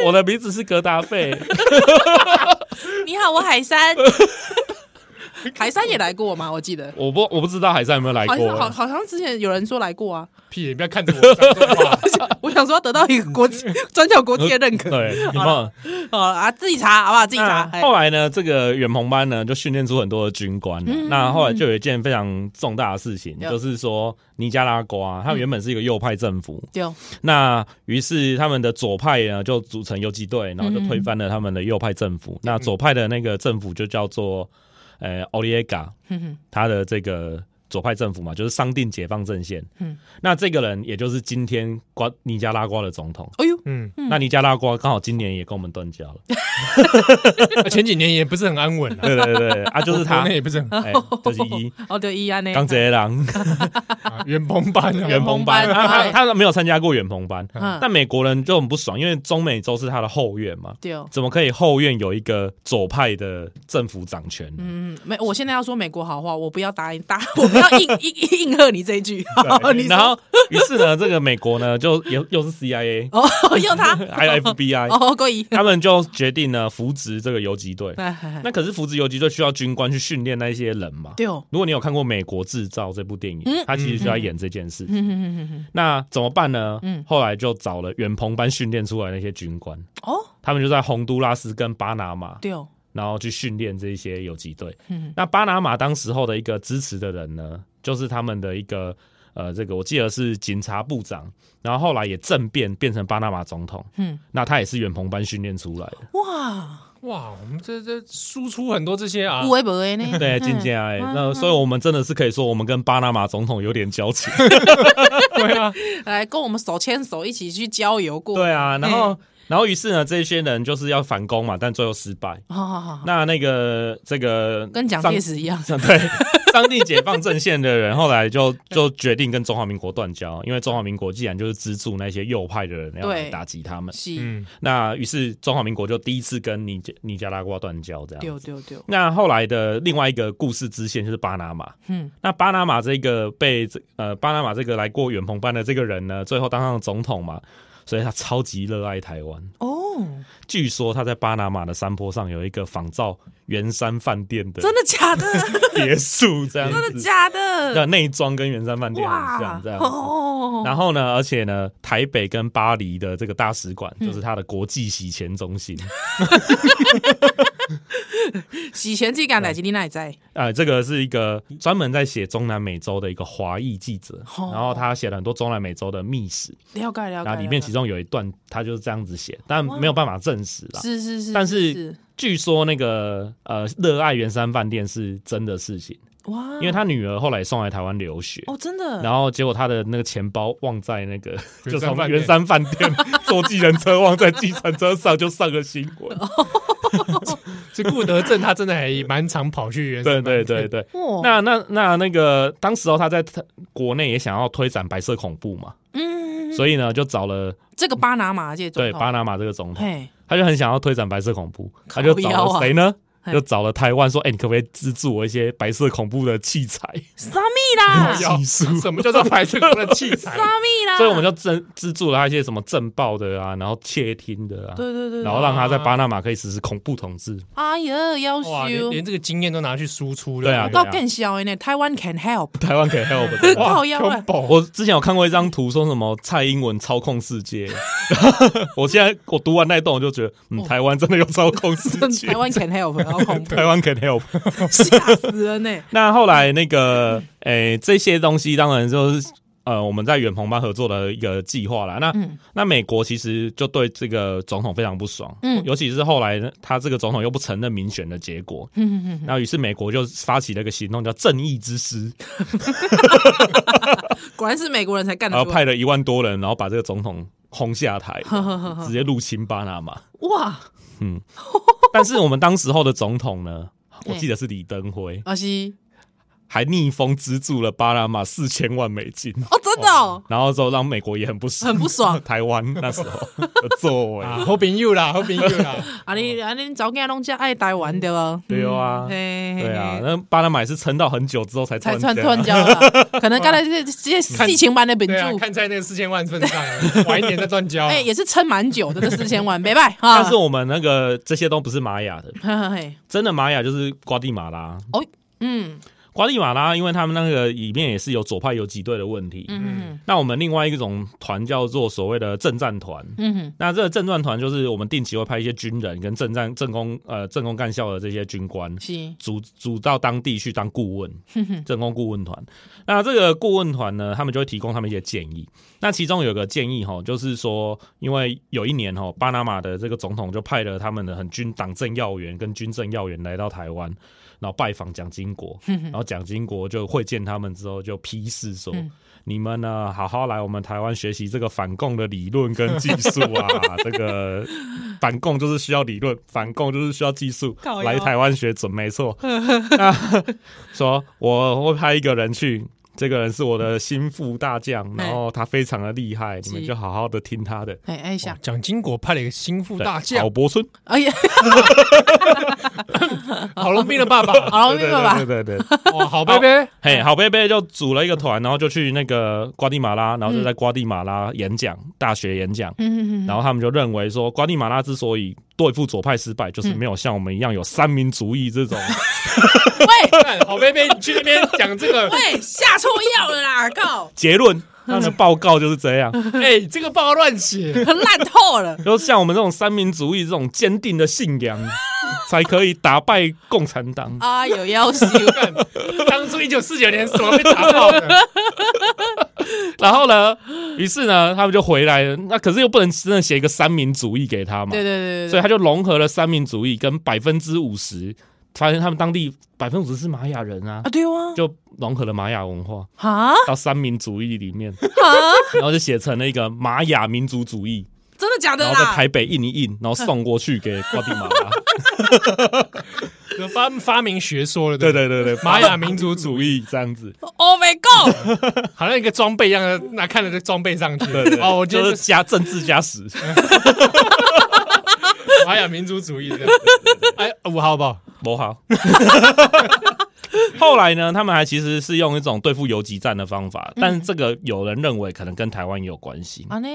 Speaker 4: <laughs> 我的名字是格达费，
Speaker 3: 你好，我海
Speaker 4: <laughs>
Speaker 3: 山，海山也来过吗？我记得。
Speaker 4: 我不我不知道海上有没有来
Speaker 3: 好像好，
Speaker 4: 过，啊
Speaker 3: 好像之前有人说来过啊，
Speaker 2: 屁，你不要看着我讲这种话，
Speaker 3: <laughs> 我想说要得到一个国际转角国际的认可，
Speaker 4: 对，有没有？
Speaker 3: 好啊，自己查好不好？自己查。
Speaker 4: 那
Speaker 3: 哎
Speaker 4: 嗯后来呢，这个远鹏班呢就训练出很多的军官、啊。那后来就有一件非常重大的事情，
Speaker 3: 嗯
Speaker 4: 就是说尼加拉瓜，它原本是一个右派政府，
Speaker 3: 对，
Speaker 4: 那于是他们的左派呢就组成游击队，然后就推翻了他们的右派政府。那左派的那个政府就叫做呃奥利耶嘎，
Speaker 3: 哼哼
Speaker 4: 他的这个。左派政府嘛，就是商定解放阵线。
Speaker 3: 嗯
Speaker 4: 嗯，那这个人也就是今天瓜尼加拉瓜的总统。
Speaker 3: 哎呦，
Speaker 2: 嗯，
Speaker 4: 那尼加拉瓜刚好今年也跟我们断交了。
Speaker 2: 啊前几年也不是很安稳啊，
Speaker 4: 对对对，对啊，就是他
Speaker 2: 国内。也不是很
Speaker 4: 哎， <laughs> 就是
Speaker 3: <laughs>
Speaker 4: 一
Speaker 3: 哦对，伊安呢？<laughs>
Speaker 4: 钢铁狼
Speaker 2: 啊远鹏班啊，
Speaker 4: 远鹏班，
Speaker 3: 远
Speaker 4: 他
Speaker 3: 鹏班
Speaker 4: <laughs>
Speaker 3: 哎
Speaker 4: 他他没有参加过远鹏班，
Speaker 3: 嗯
Speaker 4: 但美国人就很不爽，因为中美洲是他的后院嘛，
Speaker 3: 对，
Speaker 4: 怎么可以后院有一个左派的政府掌权呢？
Speaker 3: 嗯，没，我现在要说美国好话，我不要答应答，我不要应应应和你这一句。
Speaker 4: <laughs> 对
Speaker 3: 哦 <laughs> 你说
Speaker 4: 然后，于是呢，这个美国呢，就又又是 CIA，
Speaker 3: <laughs> 哦，用
Speaker 4: <laughs>
Speaker 3: 它，
Speaker 4: 还有 FBI，
Speaker 3: 哦，
Speaker 4: <laughs>
Speaker 3: 郭姨，
Speaker 4: 他们就决定呢扶植这个游击队。
Speaker 3: 哎
Speaker 4: 那可是扶植游击队需要军官去训练那些人嘛？
Speaker 3: 对哦，
Speaker 4: 如果你有看过《美国制造》这部电影，他其实就在演这件事。
Speaker 3: 嗯哼哼哼
Speaker 4: 那怎么办呢？
Speaker 3: 嗯
Speaker 4: 后来就找了远鹏班训练出来的那些军官，
Speaker 3: 哦，
Speaker 4: 他们就在洪都拉斯跟巴拿马，
Speaker 3: 对哦，
Speaker 4: 然后去训练这些游击队。
Speaker 3: 嗯
Speaker 4: 那巴拿马当时候的一个支持的人呢，就是他们的一个呃，这个我记得是警察部长，然后后来也政变变成巴拿马总统。
Speaker 3: 嗯，
Speaker 4: 那他也是远鹏班训练出来的。啊
Speaker 3: 哇，
Speaker 2: 哇，我们这这输出很多这些啊
Speaker 3: 有，诶无诶呢？
Speaker 4: <laughs> <laughs> 对，
Speaker 3: 嗯
Speaker 4: 进阶哎，那所以我们真的是可以说，我们跟巴拿马总统有点交情。
Speaker 2: 对啊，
Speaker 3: 来跟我们手牵手一起去郊游过。
Speaker 4: <laughs> 对啊，然后然后于是呢，这些人就是要反攻嘛，但最后失败。
Speaker 3: 好好好好，
Speaker 4: 那那个这个
Speaker 3: 跟蒋介石一样。
Speaker 4: 上对 <laughs> 当地解放阵线的人，后来就就决定跟中华民国断交，因为中华民国既然就是资助那些右派的人要来
Speaker 3: 对
Speaker 4: 打击他们，
Speaker 3: 是，
Speaker 2: 嗯，
Speaker 4: 那于是中华民国就第一次跟尼加尼加拉瓜断交这样。
Speaker 3: 丢丢丢，
Speaker 4: 那后来的另外一个故事支线就是巴拿马。
Speaker 3: 嗯，
Speaker 4: 那巴拿马这个被这呃巴拿马这个来过远鹏班的这个人呢，最后当上总统嘛，所以他超级热爱台湾。
Speaker 3: 哦，
Speaker 4: 据说他在巴拿马的山坡上有一个仿照圆山饭店的
Speaker 3: 真的假
Speaker 4: <laughs>
Speaker 3: 的？
Speaker 4: 别墅，这样
Speaker 3: 真的
Speaker 4: 子
Speaker 3: 假
Speaker 4: 的
Speaker 3: <laughs> 的？
Speaker 4: 内装跟圆山饭店很
Speaker 3: 哇
Speaker 4: 像，这样，子。
Speaker 3: 哦，
Speaker 4: 然后呢，而且呢，台北跟巴黎的这个大使馆
Speaker 3: 嗯
Speaker 4: 就是他的国际洗钱中心。 <laughs>
Speaker 3: 洗钱这
Speaker 4: 哦
Speaker 3: 干代志你哪会知？
Speaker 4: 呃，这个是一个专门在写中南美洲的一个华裔记者，
Speaker 3: 哦
Speaker 4: 然后他写了很多中南美洲的秘史，
Speaker 3: 了解了解。
Speaker 4: 然后里面
Speaker 3: 了解
Speaker 4: 其中有一段他就是这样子写，但没有办法证实啦。
Speaker 3: 是是是，
Speaker 4: 但
Speaker 3: 是
Speaker 4: 是据说那个呃，热爱圆山饭店是真的事情，
Speaker 3: 哇，
Speaker 4: 因为他女儿后来送来台湾留学。
Speaker 3: 哦真的，
Speaker 4: 然后结果他的那个钱包忘在那
Speaker 2: <laughs>
Speaker 4: 个，就
Speaker 2: 山
Speaker 4: 从
Speaker 2: 饭店
Speaker 4: 圆山饭店坐计程车忘在计程车上，就上个新闻。
Speaker 2: 哦这顾德正他真的还蛮常跑去原
Speaker 4: 对
Speaker 2: 始
Speaker 4: 对对对，
Speaker 3: 哇，
Speaker 4: 那那那那个当时候他在他国内也想要推展白色恐怖嘛，
Speaker 3: 嗯，
Speaker 4: 所以呢就找了
Speaker 3: 这个巴拿马这个
Speaker 4: 对
Speaker 3: 总统
Speaker 4: 巴拿马这个总统，
Speaker 3: 嘿，啊
Speaker 4: 他就很想要推展白色恐怖，他就找了谁呢？
Speaker 3: 嘿
Speaker 4: 就找了台湾说，哎、你可不可以资助我一些白色恐怖的器材、
Speaker 3: 啥咪
Speaker 4: <laughs>
Speaker 3: 啦，
Speaker 2: 要
Speaker 4: 技术？
Speaker 2: 哎什么叫做白色的器
Speaker 3: <laughs>
Speaker 2: 材？
Speaker 3: 啥咪啦，
Speaker 4: 所以我们就资资助了他一些什么震爆的啊，然后窃听的啊，
Speaker 3: 对对对，对
Speaker 4: 然后让他在巴拿马可以实施恐怖统治。
Speaker 3: 哎呀，要
Speaker 2: 哇，连
Speaker 3: 修
Speaker 2: 连这个经验都拿去输出了，
Speaker 4: 对啊
Speaker 3: 到更小的呢，台湾 can
Speaker 4: <laughs>
Speaker 3: help，
Speaker 4: 台湾可
Speaker 3: <laughs>
Speaker 4: 以 help。
Speaker 2: 哇，
Speaker 3: 靠腰啊
Speaker 2: 恐怖
Speaker 4: 我之前有看过一张图，说什么蔡英文操控世 <laughs> 界。我现在我读完那一段，我就觉得，
Speaker 3: 哦
Speaker 4: 嗯，台湾真的有操
Speaker 3: <laughs>
Speaker 4: 控世界
Speaker 3: 台。湾 can
Speaker 4: <laughs>
Speaker 3: help，好恐怖，
Speaker 4: 台湾 can help。
Speaker 3: 吓死人呢，
Speaker 4: 那后来那个， <laughs> 诶、这些东西当然就是呃，我们在远鹏班合作的一个计划啦。那、
Speaker 3: 嗯
Speaker 4: 那美国其实就对这个总统非常不爽，
Speaker 3: 嗯
Speaker 4: 尤其是后来呢他这个总统又不承认民选的结果，
Speaker 3: 嗯嗯嗯，
Speaker 4: 那于是美国就发起了一个行动叫“正义之师
Speaker 3: 果然是美国人才”，干
Speaker 4: 然
Speaker 3: 得
Speaker 4: 后
Speaker 3: 出来，
Speaker 4: 呃派了一万多人，然后把这个总统轰下台，
Speaker 3: 呵呵呵呵
Speaker 4: 直接入侵巴拿马。 <laughs>
Speaker 3: 哇，
Speaker 4: 但是我们当时候的总统呢，我
Speaker 3: 对
Speaker 4: 记得是李登辉，
Speaker 3: 阿西，
Speaker 4: 还逆风资助了巴拿马四千万
Speaker 3: <laughs>
Speaker 4: 美金，
Speaker 3: 哦真的哦，
Speaker 4: 然后之后让美国也很不爽，
Speaker 3: 很不爽
Speaker 4: <laughs> 台湾那时候的作
Speaker 3: <laughs>
Speaker 4: 为，
Speaker 2: 啊！好朋友啦，好朋友
Speaker 4: <laughs>
Speaker 2: 啦，
Speaker 3: 啊
Speaker 4: 哦
Speaker 3: 你啊你早间弄这爱台湾对吧？
Speaker 4: 对啊，
Speaker 3: 嗯嘿嘿
Speaker 4: 对啊，
Speaker 3: 嘿
Speaker 4: 那巴拿马也是撑到很久之后才
Speaker 3: 才
Speaker 4: 断
Speaker 3: 串
Speaker 4: 交
Speaker 3: 断交了，可能刚才这这
Speaker 2: 看
Speaker 3: 事情般的本
Speaker 2: 对啊，
Speaker 3: 柱。
Speaker 2: 看在那个四千万份上，啊晚一点再断交。
Speaker 3: <laughs> 哎、也是撑蛮久
Speaker 4: <laughs>
Speaker 3: 的，这四千万，没拜啊！
Speaker 4: <laughs> 但哦是我们那个这些都不是玛雅的，
Speaker 3: 嘿嘿嘿，
Speaker 4: 真的玛雅就是瓜地马拉。
Speaker 3: 嗯
Speaker 4: 瓜地马拉，因为他们那个里面也是有左派游击队的问题。
Speaker 3: 嗯
Speaker 4: 那我们另外一种团叫做所谓的政战团， <laughs>
Speaker 3: 嗯嗯
Speaker 4: 那这个政战团就是我们定期会派一些军人跟政战政工呃政工干校的这些军官，
Speaker 3: 嗯，是，
Speaker 4: 组组到当地去当顾问，
Speaker 3: 哼哼
Speaker 4: 政工顾问团。那这个顾问团呢，他们就会提供他们一些建议。那其中有个建议哈，就是说，因为有一年哈，巴拿马的这个总统就派了他们的很军党政要员跟军政要员来到台湾，然后拜访蒋经
Speaker 3: <laughs>
Speaker 4: 国，然后蒋经国就会见他们之后就批示说。
Speaker 3: 嗯
Speaker 4: 你们呢，好好来我们台湾学习这个反共的理论跟技术
Speaker 3: <laughs>
Speaker 4: 啊！这个反共就是需要理论，反共就是需要技术
Speaker 3: 靠，腰
Speaker 4: 来台湾学准没错。那说我会派一个人去这个人是我的心腹大将，然后他非常的厉害，你们
Speaker 3: 嗯是
Speaker 4: 就好好的听他的。
Speaker 3: 哎哎想，
Speaker 2: 蒋经国派了一个心腹
Speaker 4: 对
Speaker 2: 大
Speaker 4: 郝
Speaker 2: 将，
Speaker 4: 伯村，
Speaker 3: 哎
Speaker 4: <laughs>
Speaker 3: 呀，
Speaker 2: 郝龙斌的爸爸，
Speaker 4: <laughs>
Speaker 3: 好明
Speaker 4: 对
Speaker 3: 白吧
Speaker 4: 对？对对对，
Speaker 3: <laughs>
Speaker 2: 哇，好贝贝，
Speaker 4: 嘿，好贝贝就组了一个团，然后就去那个瓜地马拉，然后就在瓜地马拉演讲，大学演讲。
Speaker 3: 嗯，
Speaker 4: 然后他们就认为说，瓜地马拉之所以对付左派失败，就是没有像我们一样有三民主
Speaker 3: <laughs>
Speaker 4: 义这种。
Speaker 3: 喂
Speaker 2: 干好贝贝，你去那边讲这
Speaker 4: <laughs>
Speaker 2: 个，
Speaker 3: <laughs> 喂，下错药了啦，靠，
Speaker 4: 结
Speaker 3: <laughs>
Speaker 4: 论，他们的报告就是这样，
Speaker 2: 哎，这个报告乱写，
Speaker 3: 烂透了。
Speaker 4: 就像我们这种三民主义这种坚定的
Speaker 3: <laughs>
Speaker 4: 信仰，才可以打败共产党。
Speaker 3: 啊，有要
Speaker 4: <laughs>
Speaker 3: 求，
Speaker 2: 当初一九四九年是怎么被打爆的？
Speaker 4: <laughs> 然后呢，于是呢，他们就回来了。那可是又不能真的写一个三民主义给他嘛，
Speaker 3: 对对对对
Speaker 4: 所
Speaker 3: 对，
Speaker 4: 以他就融合了三民主义跟百分之五十，发现他们当地百分之五十是玛雅人啊
Speaker 3: 啊，，对啊，
Speaker 4: 就融合了玛雅文化
Speaker 3: 啊
Speaker 4: 到三民主义
Speaker 3: <laughs>
Speaker 4: 里面，
Speaker 3: 啊，
Speaker 4: 然后就写成了一个玛雅民族主义，
Speaker 3: 真的假的啊
Speaker 4: 然后在
Speaker 3: 啦？
Speaker 4: 台北印一印，然后送过去给瓜地
Speaker 2: <laughs>
Speaker 4: 马拉。
Speaker 2: 有发发明学说了，
Speaker 4: 对
Speaker 2: 不
Speaker 4: 对对对，
Speaker 2: 玛雅民
Speaker 4: <laughs>
Speaker 2: 族主
Speaker 4: 主义这样子，
Speaker 3: Oh my
Speaker 4: <laughs>
Speaker 3: god！
Speaker 2: 好像一个装备一样，那看着就装备上去。
Speaker 4: 对对对
Speaker 2: 哦，我觉
Speaker 4: 就
Speaker 2: 得
Speaker 4: 是加政治加史。
Speaker 2: 玛雅民族主义这
Speaker 4: <laughs>
Speaker 2: 样。哎，五号吧，
Speaker 4: 不好。 <laughs> 后来呢，他们还其实是用一种对付游击战的方法，但是这个有人认为可能跟台湾也有关系，
Speaker 3: 啊呢，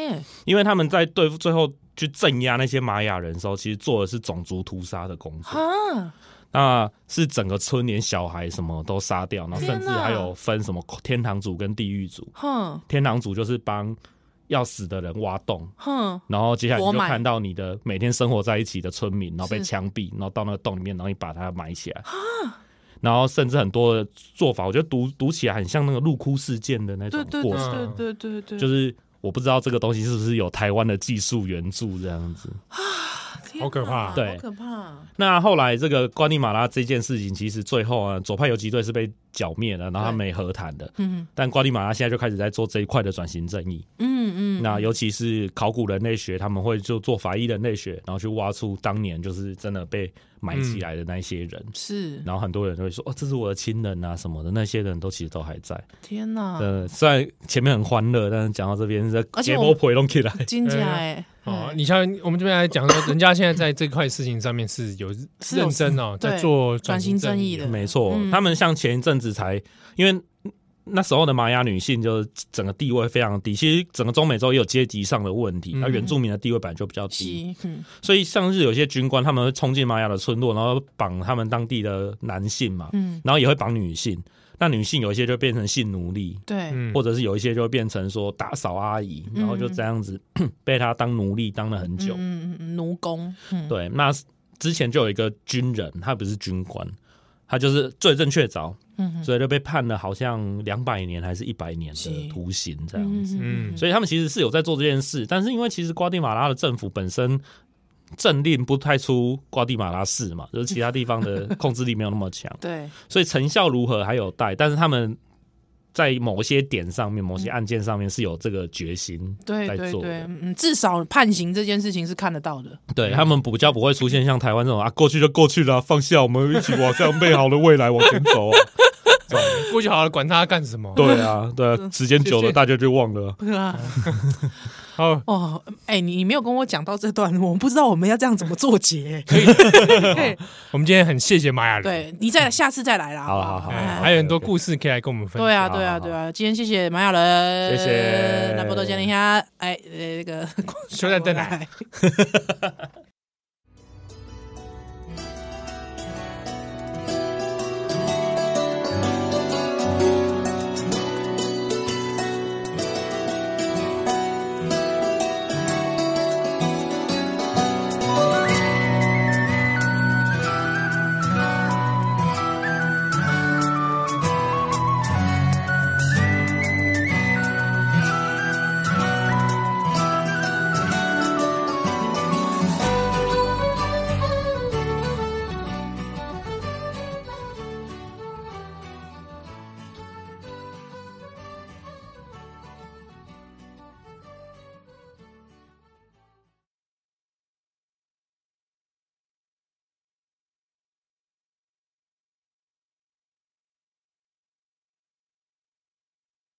Speaker 4: 因为他们在对付最后去镇压那些玛雅人的时候，其实做的是种族屠杀的工
Speaker 3: 啊
Speaker 4: 作，
Speaker 3: 哈，
Speaker 4: 那是整个村连小孩什么都杀掉，然后甚至
Speaker 3: 天哪
Speaker 4: 还有分什么天堂组跟地狱组，
Speaker 3: 哼
Speaker 4: 天堂组就是帮要死的人挖洞，
Speaker 3: 哼，
Speaker 4: 然后接下来你
Speaker 3: 活
Speaker 4: 就
Speaker 3: 埋
Speaker 4: 看到你的每天生活在一起的村民，然后被
Speaker 3: 是
Speaker 4: 枪毙，然后到那个洞里面，然后你把它埋起来，
Speaker 3: 啊
Speaker 4: 然后甚至很多的做法，我觉得读读起来很像那个入窟事件的那种
Speaker 3: 对对
Speaker 4: 过
Speaker 2: 程
Speaker 4: 程，
Speaker 3: 对对对对对，
Speaker 4: 就是我不知道这个东西是不是有台湾的技术援助这样子。
Speaker 3: 天
Speaker 2: 好可
Speaker 3: 哪
Speaker 2: 怕
Speaker 4: 对
Speaker 3: 好可怕，
Speaker 4: 那后来这个瓜地马拉这件事情，其实最后啊，左派游击队是被剿灭了，然后他们也和谈的。
Speaker 3: 嗯
Speaker 4: 但瓜地马拉现在就开始在做这一块的转型正义，
Speaker 3: 嗯嗯，
Speaker 4: 那尤其是考古人类学，他们会就做法医人类学，然后去挖出当年就是真的被埋起来的那些人。
Speaker 3: 是
Speaker 4: 然后很多人都会说：“哦，这是我的亲人啊，什么的。”那些人都其实都还在。
Speaker 3: 天哪，
Speaker 4: 呃，虽然前面很欢乐，但是讲到这边是
Speaker 3: 嗯而且
Speaker 4: 节
Speaker 3: 我
Speaker 4: 目回弄起来。
Speaker 3: 金甲
Speaker 4: 呃
Speaker 3: 哎，
Speaker 2: 哦，
Speaker 3: 嗯
Speaker 2: 你像我们这边来讲说，人家现在在这块事情上面是有
Speaker 3: 是有
Speaker 2: 认真哦，
Speaker 3: 对
Speaker 2: 在做
Speaker 3: 转型
Speaker 2: 型
Speaker 3: 正义
Speaker 2: 义
Speaker 3: 的
Speaker 4: 没错，
Speaker 3: 嗯
Speaker 4: 他们像前一阵子才因为。那时候的玛雅女性就是整个地位非常低，其实整个中美洲也有阶级上的问题，
Speaker 2: 嗯
Speaker 4: 那、原住民的地位本来就比较低。
Speaker 3: 是，嗯
Speaker 4: 所以像是有些军官，他们会冲进玛雅的村落，然后绑他们当地的男性嘛，
Speaker 3: 嗯，
Speaker 4: 然后也会绑女性。那女性有一些就变成性奴隶，
Speaker 3: 对，
Speaker 2: 嗯
Speaker 4: 或者是有一些就变成说打扫阿姨，然后就这样子 <coughs> 被他当奴隶当了很久。
Speaker 3: 嗯嗯嗯，奴工，嗯，
Speaker 4: 对，那之前就有一个军人，他不是军官，他就是罪证确凿，
Speaker 3: 嗯嗯
Speaker 4: 所以就被判了好像两百年还是一百年的
Speaker 3: 是
Speaker 4: 徒刑这样
Speaker 3: 嗯
Speaker 4: 子。
Speaker 3: 嗯，
Speaker 4: 所以他们其实是有在做这件事，但是因为其实瓜地马拉的政府本身政令不太出瓜地马拉市嘛，就是其他地
Speaker 3: <laughs>
Speaker 4: 方的控制力没有那么强，
Speaker 3: 嗯对，
Speaker 4: 所以成效如何还有待。但是他们在某些点上面、某些案件上面是有这个决心
Speaker 3: 嗯对
Speaker 4: 在
Speaker 3: 对
Speaker 4: 做
Speaker 3: 对，
Speaker 4: 的。
Speaker 3: 嗯，嗯至少判刑这件事情是看得到的。
Speaker 4: 对他们比较不会出现像台湾这种啊，过去就过去了，放下我们一起往向美好的未来往前走。啊
Speaker 3: <laughs>
Speaker 2: <laughs> 过去好了，管他干什么？
Speaker 4: 对啊，对
Speaker 3: 嗯
Speaker 4: 啊，时间久
Speaker 2: 谢
Speaker 4: 了
Speaker 2: 谢
Speaker 4: 大家就忘了。啊
Speaker 2: 哦，
Speaker 3: <laughs> 哦，哎，你你没有跟我讲到这段，我们不知道我们要这样怎么做
Speaker 4: <laughs>
Speaker 3: 结。
Speaker 2: 我们今天很谢谢玛雅人，
Speaker 3: 对你再下次再来啦。
Speaker 4: 好
Speaker 3: 不
Speaker 4: 好好
Speaker 2: 哎，
Speaker 3: 哎
Speaker 2: 还有很多故事可以来跟我们分享。
Speaker 3: 对啊，对啊，对啊！今天谢谢玛雅人，
Speaker 4: 谢谢
Speaker 3: 那波多加林下，哎，呃那个
Speaker 2: 修蛋蛋奶。